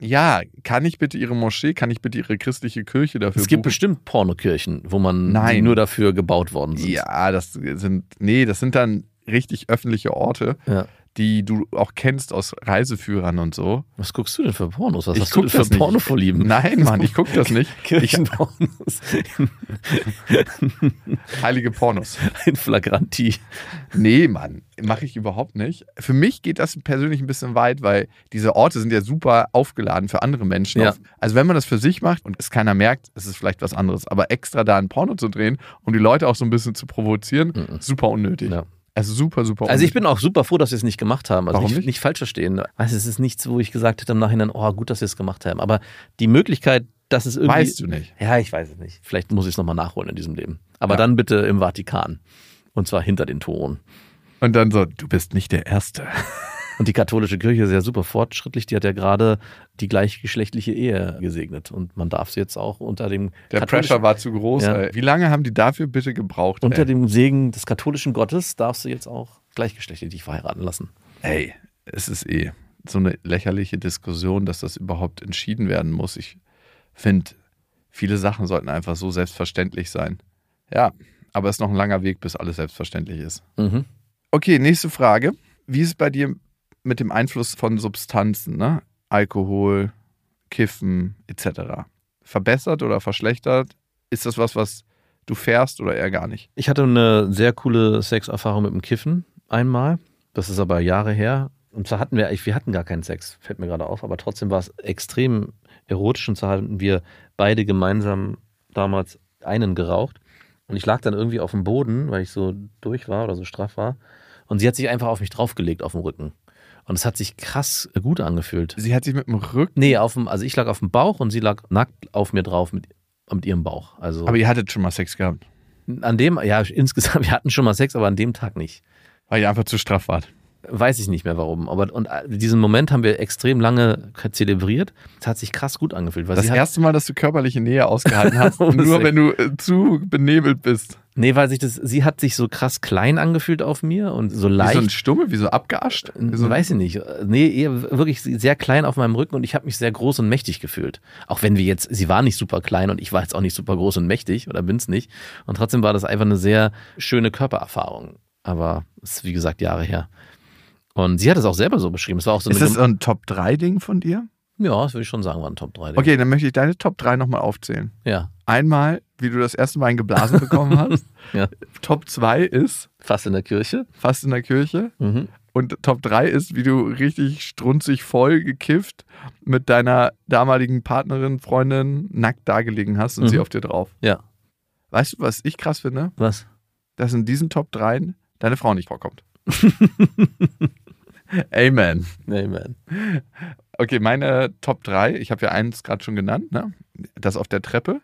[SPEAKER 5] Ja, kann ich bitte ihre Moschee, kann ich bitte ihre christliche Kirche dafür
[SPEAKER 6] Es gibt
[SPEAKER 5] buchen?
[SPEAKER 6] bestimmt Pornokirchen, wo man die
[SPEAKER 5] Nein.
[SPEAKER 6] nur dafür gebaut worden sind.
[SPEAKER 5] Ja, das sind, nee, das sind dann richtig öffentliche Orte,
[SPEAKER 6] Ja.
[SPEAKER 5] die du auch kennst aus Reiseführern und so.
[SPEAKER 6] Was guckst du denn für Pornos? Was
[SPEAKER 5] Ich
[SPEAKER 6] hast du
[SPEAKER 5] guck
[SPEAKER 6] denn für
[SPEAKER 5] das nicht.
[SPEAKER 6] Pornovorlieben?
[SPEAKER 5] Nein, Mann, ich gucke das nicht.
[SPEAKER 6] Kirchenpornos
[SPEAKER 5] Heilige Pornos.
[SPEAKER 6] in Flagranti.
[SPEAKER 5] Nee, Mann, mache ich überhaupt nicht. Für mich geht das persönlich ein bisschen weit, weil diese Orte sind ja super aufgeladen für andere Menschen.
[SPEAKER 6] Ja.
[SPEAKER 5] Auf- Also wenn man das für sich macht und es keiner merkt, ist es vielleicht was anderes. Aber extra da ein Porno zu drehen, um die Leute auch so ein bisschen zu provozieren, super unnötig.
[SPEAKER 6] Mhm. Ja.
[SPEAKER 5] Also super, super
[SPEAKER 6] Also ich
[SPEAKER 5] unnötig.
[SPEAKER 6] bin auch super froh, dass wir es nicht gemacht haben. Also
[SPEAKER 5] Warum
[SPEAKER 6] nicht,
[SPEAKER 5] nicht?
[SPEAKER 6] nicht falsch verstehen. Also es ist nichts, wo ich gesagt hätte im Nachhinein, oh gut, dass wir es gemacht haben. Aber die Möglichkeit, dass es irgendwie...
[SPEAKER 5] Weißt du nicht.
[SPEAKER 6] Ja, ich weiß es nicht. Vielleicht muss ich es nochmal nachholen in diesem Leben. Aber
[SPEAKER 5] Ja.
[SPEAKER 6] dann bitte im Vatikan. Und zwar hinter den Toren.
[SPEAKER 5] Und dann so, du bist nicht der Erste.
[SPEAKER 6] Und die katholische Kirche ist ja super fortschrittlich. Die hat ja gerade die gleichgeschlechtliche Ehe gesegnet. Und man darf sie jetzt auch unter dem...
[SPEAKER 5] Der
[SPEAKER 6] katholischen-
[SPEAKER 5] Pressure war zu groß.
[SPEAKER 6] Ja.
[SPEAKER 5] Ey. Wie lange haben die dafür bitte gebraucht?
[SPEAKER 6] Unter
[SPEAKER 5] ey?
[SPEAKER 6] dem Segen des katholischen Gottes darfst du jetzt auch gleichgeschlechtlich dich verheiraten lassen.
[SPEAKER 5] ey, es ist eh so eine lächerliche Diskussion, dass das überhaupt entschieden werden muss. Ich finde, viele Sachen sollten einfach so selbstverständlich sein. Ja, aber es ist noch ein langer Weg, bis alles selbstverständlich ist.
[SPEAKER 6] Mhm.
[SPEAKER 5] Okay, nächste Frage. Wie ist es bei dir mit dem Einfluss von Substanzen, ne? Alkohol, Kiffen etc.? Verbessert oder verschlechtert? Ist das was, was du fährst oder eher gar nicht?
[SPEAKER 6] Ich hatte eine sehr coole Sexerfahrung mit dem Kiffen einmal. Das ist aber Jahre her. Und zwar hatten wir, wir hatten gar keinen Sex, fällt mir gerade auf, aber trotzdem war es extrem erotisch. Und zwar hatten wir beide gemeinsam damals einen geraucht. Und ich lag dann irgendwie auf dem Boden, weil ich so durch war oder so straff war. Und sie hat sich einfach auf mich draufgelegt, auf dem Rücken. Und es hat sich krass gut angefühlt.
[SPEAKER 5] Sie hat sich mit dem Rücken.
[SPEAKER 6] Nee, auf dem, also ich lag auf dem Bauch und sie lag nackt auf mir drauf mit, mit ihrem Bauch. Also
[SPEAKER 5] Aber ihr hattet schon mal Sex gehabt,
[SPEAKER 6] an dem, ja, insgesamt, wir hatten schon mal Sex, aber an dem Tag nicht.
[SPEAKER 5] weil ihr einfach zu straff wart.
[SPEAKER 6] Weiß ich nicht mehr warum. Aber und äh, diesen Moment haben wir extrem lange zelebriert. Es hat sich krass gut angefühlt. Weil
[SPEAKER 5] Das
[SPEAKER 6] sie hat,
[SPEAKER 5] erste Mal, dass du körperliche Nähe ausgehalten hast,
[SPEAKER 6] Oh, das ist
[SPEAKER 5] nur
[SPEAKER 6] echt-
[SPEAKER 5] wenn du äh, zu benebelt bist.
[SPEAKER 6] Nee, weil sich das, sie hat sich so krass klein angefühlt auf mir und so
[SPEAKER 5] Wie
[SPEAKER 6] leicht. Äh,
[SPEAKER 5] so ein Stummel, wie so abgeascht. Wie so ein-
[SPEAKER 6] weiß ich nicht. Nee, eher wirklich sehr klein auf meinem Rücken und ich habe mich sehr groß und mächtig gefühlt. Auch wenn wir jetzt, sie war nicht super klein und ich war jetzt auch nicht super groß und mächtig oder bin's nicht. Und trotzdem war das einfach eine sehr schöne Körpererfahrung. Aber es ist, wie gesagt, Jahre her. Und sie hat es auch selber so beschrieben. Es war auch so
[SPEAKER 5] Ist
[SPEAKER 6] eine.
[SPEAKER 5] das so ein Top 3 Ding von dir?
[SPEAKER 6] ja, das würde ich schon sagen, war ein Top 3.
[SPEAKER 5] Okay, dann möchte ich deine Top 3 nochmal aufzählen.
[SPEAKER 6] Ja,
[SPEAKER 5] Einmal, wie du das erste Mal einen geblasen bekommen hast.
[SPEAKER 6] Ja.
[SPEAKER 5] Top 2 ist
[SPEAKER 6] fast in der Kirche.
[SPEAKER 5] fast in der Kirche.
[SPEAKER 6] Mhm.
[SPEAKER 5] Und Top 3 ist, wie du richtig strunzig voll gekifft mit deiner damaligen Partnerin, Freundin nackt dagelegen hast und
[SPEAKER 6] Mhm.
[SPEAKER 5] sie auf dir drauf.
[SPEAKER 6] Ja.
[SPEAKER 5] Weißt du, was ich krass finde?
[SPEAKER 6] Was?
[SPEAKER 5] Dass in diesen Top 3 deine Frau nicht vorkommt. Amen.
[SPEAKER 6] Nee, man.
[SPEAKER 5] Okay, meine Top 3, ich habe ja eins gerade schon genannt, ne? Das auf der Treppe,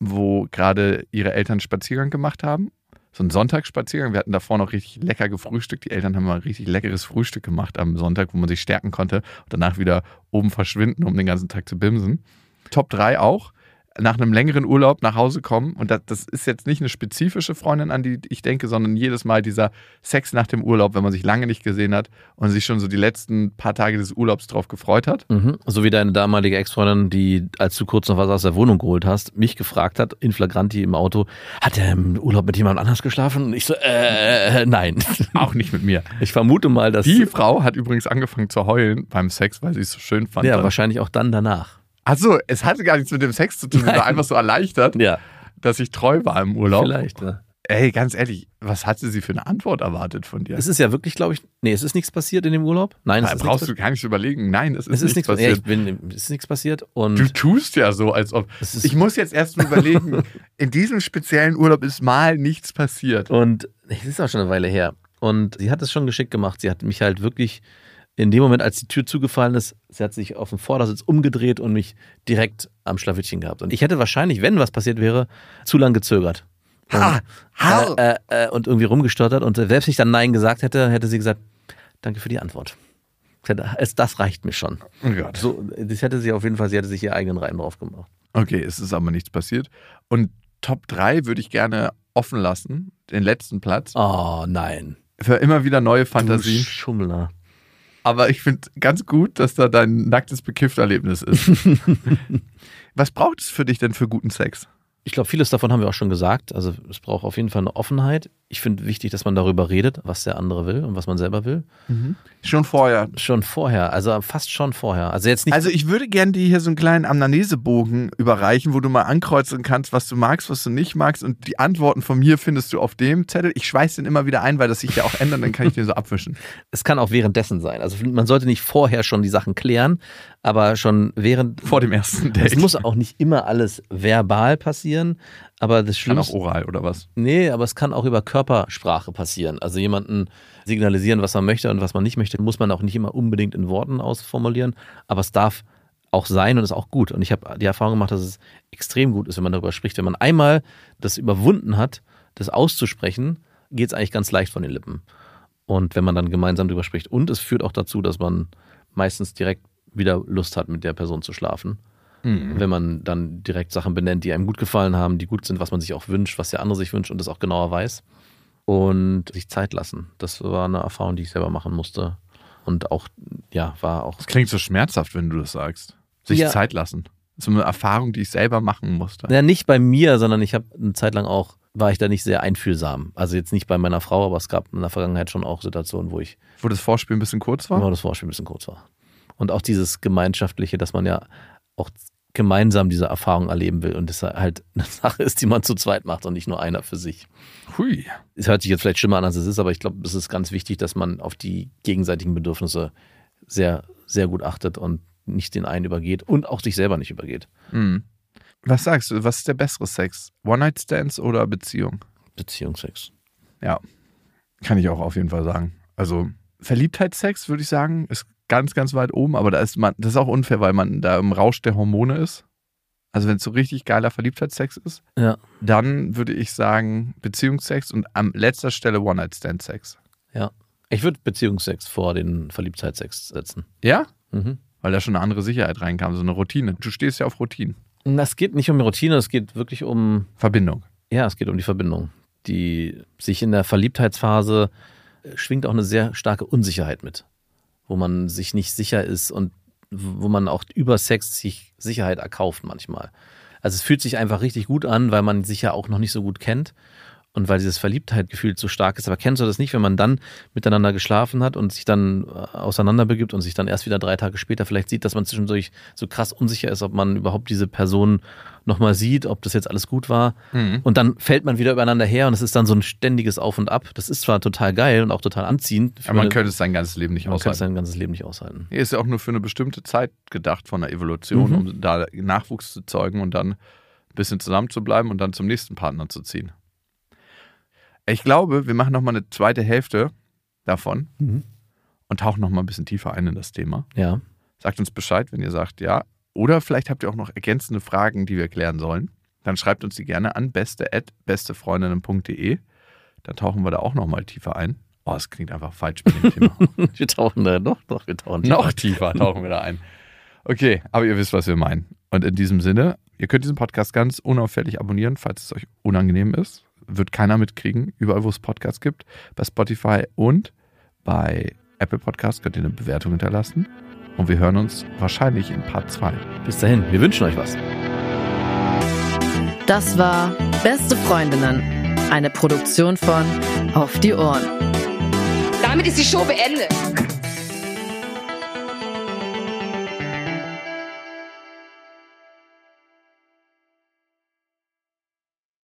[SPEAKER 5] wo gerade ihre Eltern Spaziergang gemacht haben. So ein Sonntagsspaziergang. Wir hatten davor noch richtig lecker gefrühstückt. Die Eltern haben mal richtig leckeres Frühstück gemacht am Sonntag, wo man sich stärken konnte und danach wieder oben verschwinden, um den ganzen Tag zu bimsen. Top 3 auch. Nach einem längeren Urlaub nach Hause kommen, und das, das ist jetzt nicht eine spezifische Freundin, an die ich denke, sondern jedes Mal dieser Sex nach dem Urlaub, wenn man sich lange nicht gesehen hat und sich schon so die letzten paar Tage des Urlaubs drauf gefreut hat.
[SPEAKER 6] Mhm. So wie deine damalige Ex-Freundin, die, als du kurz noch was aus der Wohnung geholt hast, mich gefragt hat, in Flagranti im Auto, hat er im Urlaub mit jemand anders geschlafen? Und ich so, äh, äh, nein.
[SPEAKER 5] Auch nicht mit mir.
[SPEAKER 6] Ich vermute mal, dass.
[SPEAKER 5] Die Frau hat übrigens angefangen zu heulen beim Sex, weil sie es so schön fand.
[SPEAKER 6] ja, wahrscheinlich auch dann danach.
[SPEAKER 5] Achso, es hatte gar nichts mit dem Sex zu tun. Sie war einfach so erleichtert,
[SPEAKER 6] Ja,
[SPEAKER 5] dass ich treu war im Urlaub.
[SPEAKER 6] vielleicht. Ja.
[SPEAKER 5] Ey, ganz ehrlich, was hatte sie für eine Antwort erwartet von dir?
[SPEAKER 6] Es ist ja wirklich, glaube ich, nee, es ist nichts passiert in dem Urlaub. Nein, es
[SPEAKER 5] da
[SPEAKER 6] ist
[SPEAKER 5] brauchst
[SPEAKER 6] nichts
[SPEAKER 5] du gar nicht überlegen. Nein, es ist,
[SPEAKER 6] es ist
[SPEAKER 5] nicht
[SPEAKER 6] nichts passiert. Ja,
[SPEAKER 5] passiert.
[SPEAKER 6] ich bin, es ist nichts passiert
[SPEAKER 5] du
[SPEAKER 6] und
[SPEAKER 5] tust ja so, als ob.
[SPEAKER 6] es ist
[SPEAKER 5] Ich muss jetzt erst mal überlegen, in diesem speziellen Urlaub ist mal nichts passiert.
[SPEAKER 6] Und es ist auch schon eine Weile her. Und sie hat es schon geschickt gemacht. Sie hat mich halt wirklich in dem Moment, als die Tür zugefallen ist, sie hat sich auf dem Vordersitz umgedreht und mich direkt am Schlawittchen gehabt. Und ich hätte wahrscheinlich, wenn was passiert wäre, zu lang gezögert. Und,
[SPEAKER 5] Ha! Ha!
[SPEAKER 6] Äh, äh, äh, und irgendwie rumgestottert. Und selbst wenn ich dann Nein gesagt hätte, hätte sie gesagt, danke für die Antwort. Ich hätte, es- Das reicht mir schon.
[SPEAKER 5] Oh Gott.
[SPEAKER 6] So, das hätte sie auf jeden Fall, sie hätte sich ihr eigenen Reim drauf gemacht.
[SPEAKER 5] Okay, es ist aber nichts passiert. Und Top 3 würde ich gerne offen lassen, den letzten Platz,
[SPEAKER 6] Oh nein.
[SPEAKER 5] für immer wieder neue
[SPEAKER 6] Du
[SPEAKER 5] Fantasien.
[SPEAKER 6] Schummler.
[SPEAKER 5] Aber ich finde ganz gut, dass da dein nacktes Bekiffterlebnis ist. Was braucht es für dich denn für guten Sex?
[SPEAKER 6] Ich glaube, vieles davon haben wir auch schon gesagt. Also es braucht auf jeden Fall eine Offenheit. Ich finde wichtig, dass man darüber redet, was der andere will und was man selber will.
[SPEAKER 5] Schon vorher.
[SPEAKER 6] Schon vorher, also fast schon vorher. Also jetzt nicht.
[SPEAKER 5] Also ich würde gerne dir hier so einen kleinen Amnanese-Bogen überreichen, wo du mal ankreuzen kannst, was du magst, was du nicht magst. Und die Antworten von mir findest du auf dem Zettel. Ich schweiß den immer wieder ein, weil das sich ja auch ändert, dann kann ich den so abwischen.
[SPEAKER 6] es kann auch währenddessen sein. Also man sollte nicht vorher schon die Sachen klären, aber schon während.
[SPEAKER 5] Vor dem ersten Date.
[SPEAKER 6] Es muss auch nicht immer alles verbal passieren, aber das
[SPEAKER 5] Kann auch
[SPEAKER 6] Schlimmste.
[SPEAKER 5] oral, oder was?
[SPEAKER 6] Nee, aber es kann auch über Körpersprache passieren. Also jemanden signalisieren, was man möchte und was man nicht möchte, muss man auch nicht immer unbedingt in Worten ausformulieren. Aber es darf auch sein und ist auch gut. Und ich habe die Erfahrung gemacht, dass es extrem gut ist, wenn man darüber spricht. Wenn man einmal das überwunden hat, das auszusprechen, geht es eigentlich ganz leicht von den Lippen. Und wenn man dann gemeinsam darüber spricht. Und es führt auch dazu, dass man meistens direkt wieder Lust hat, mit der Person zu schlafen wenn man dann direkt Sachen benennt, die einem gut gefallen haben, die gut sind, was man sich auch wünscht, was der andere sich wünscht und das auch genauer weiß. Und sich Zeit lassen. Das war eine Erfahrung, die ich selber machen musste. Und auch, ja, war auch.
[SPEAKER 5] Das klingt so schmerzhaft, wenn du das sagst. Sich
[SPEAKER 6] Ja.
[SPEAKER 5] Zeit lassen. Das ist eine Erfahrung, die ich selber machen musste.
[SPEAKER 6] Ja, nicht bei mir, sondern ich habe eine Zeit lang auch, war ich da nicht sehr einfühlsam. Also jetzt nicht bei meiner Frau, aber es gab in der Vergangenheit schon auch Situationen, wo ich
[SPEAKER 5] Wo das Vorspiel ein bisschen kurz war?
[SPEAKER 6] immer das Vorspiel ein bisschen kurz war. Und auch dieses Gemeinschaftliche, dass man ja auch gemeinsam diese Erfahrung erleben will und das halt eine Sache ist, die man zu zweit macht und nicht nur einer für sich.
[SPEAKER 5] Hui.
[SPEAKER 6] es hört sich jetzt vielleicht schlimmer an, als es ist, aber ich glaube, es ist ganz wichtig, dass man auf die gegenseitigen Bedürfnisse sehr, sehr gut achtet und nicht den einen übergeht und auch sich selber nicht übergeht.
[SPEAKER 5] Mhm. Was sagst du, was ist der bessere Sex? One-Night-Stands oder Beziehung?
[SPEAKER 6] Beziehungsex.
[SPEAKER 5] Kann ich auch auf jeden Fall sagen. Also Verliebtheitssex, würde ich sagen, ist ganz, ganz weit oben, aber da ist man, das ist auch unfair, weil man da im Rausch der Hormone ist. Also wenn es so richtig geiler Verliebtheitssex ist,
[SPEAKER 6] Ja.
[SPEAKER 5] dann würde ich sagen Beziehungssex und an letzter Stelle One-Night-Stand-Sex.
[SPEAKER 6] Ich würde Beziehungsex vor den Verliebtheitsex setzen.
[SPEAKER 5] Ja?
[SPEAKER 6] Mhm.
[SPEAKER 5] Weil da schon eine andere Sicherheit reinkam, so eine Routine. Du stehst ja auf Routinen.
[SPEAKER 6] Das geht nicht um die Routine, es geht wirklich um,
[SPEAKER 5] Verbindung.
[SPEAKER 6] ja, es geht um die Verbindung. die sich in der Verliebtheitsphase äh, schwingt auch eine sehr starke Unsicherheit mit, wo man sich nicht sicher ist und wo man auch über Sex sich Sicherheit erkauft manchmal. Also es fühlt sich einfach richtig gut an, weil man sich ja auch noch nicht so gut kennt und weil dieses Verliebtheitgefühl so stark ist. Aber kennst du das nicht, wenn man dann miteinander geschlafen hat und sich dann äh, auseinanderbegibt und sich dann erst wieder drei Tage später vielleicht sieht, dass man zwischendurch so krass unsicher ist, ob man überhaupt diese Person nochmal sieht, ob das jetzt alles gut war.
[SPEAKER 5] Mhm.
[SPEAKER 6] Und dann fällt man wieder übereinander her und es ist dann so ein ständiges Auf und Ab. Das ist zwar total geil und auch total anziehend. für
[SPEAKER 5] Aber man
[SPEAKER 6] eine-
[SPEAKER 5] könnte es sein ganzes Leben nicht
[SPEAKER 6] man könnte
[SPEAKER 5] aushalten.
[SPEAKER 6] sein ganzes Leben nicht aushalten.
[SPEAKER 5] Nee, Ist ja auch nur für eine bestimmte Zeit gedacht von der Evolution,
[SPEAKER 6] Mhm.
[SPEAKER 5] um da Nachwuchs zu zeugen und dann ein bisschen zusammen zu bleiben und dann zum nächsten Partner zu ziehen. Ich glaube, wir machen nochmal eine zweite Hälfte davon
[SPEAKER 6] Mhm.
[SPEAKER 5] und tauchen nochmal ein bisschen tiefer ein in das Thema.
[SPEAKER 6] Ja.
[SPEAKER 5] Sagt uns Bescheid, wenn ihr sagt ja. Oder vielleicht habt ihr auch noch ergänzende Fragen, die wir klären sollen. Dann schreibt uns die gerne an beste.bestefreundinnen.de. Dann tauchen wir da auch nochmal tiefer ein. Oh, das klingt einfach falsch mit dem Thema.
[SPEAKER 6] Wir tauchen da noch, doch, wir tauchen
[SPEAKER 5] Noch tiefer tauchen wir da ein. Okay, aber ihr wisst, was wir meinen. Und in diesem Sinne, ihr könnt diesen Podcast ganz unauffällig abonnieren, falls es euch unangenehm ist. Wird keiner mitkriegen, überall, wo es Podcasts gibt. Bei Spotify und bei Apple Podcasts könnt ihr eine Bewertung hinterlassen. Und wir hören uns wahrscheinlich in Part 2.
[SPEAKER 6] Bis dahin, wir wünschen euch was.
[SPEAKER 1] Das war Beste Freundinnen, eine Produktion von Auf die Ohren.
[SPEAKER 3] Damit ist die Show beendet.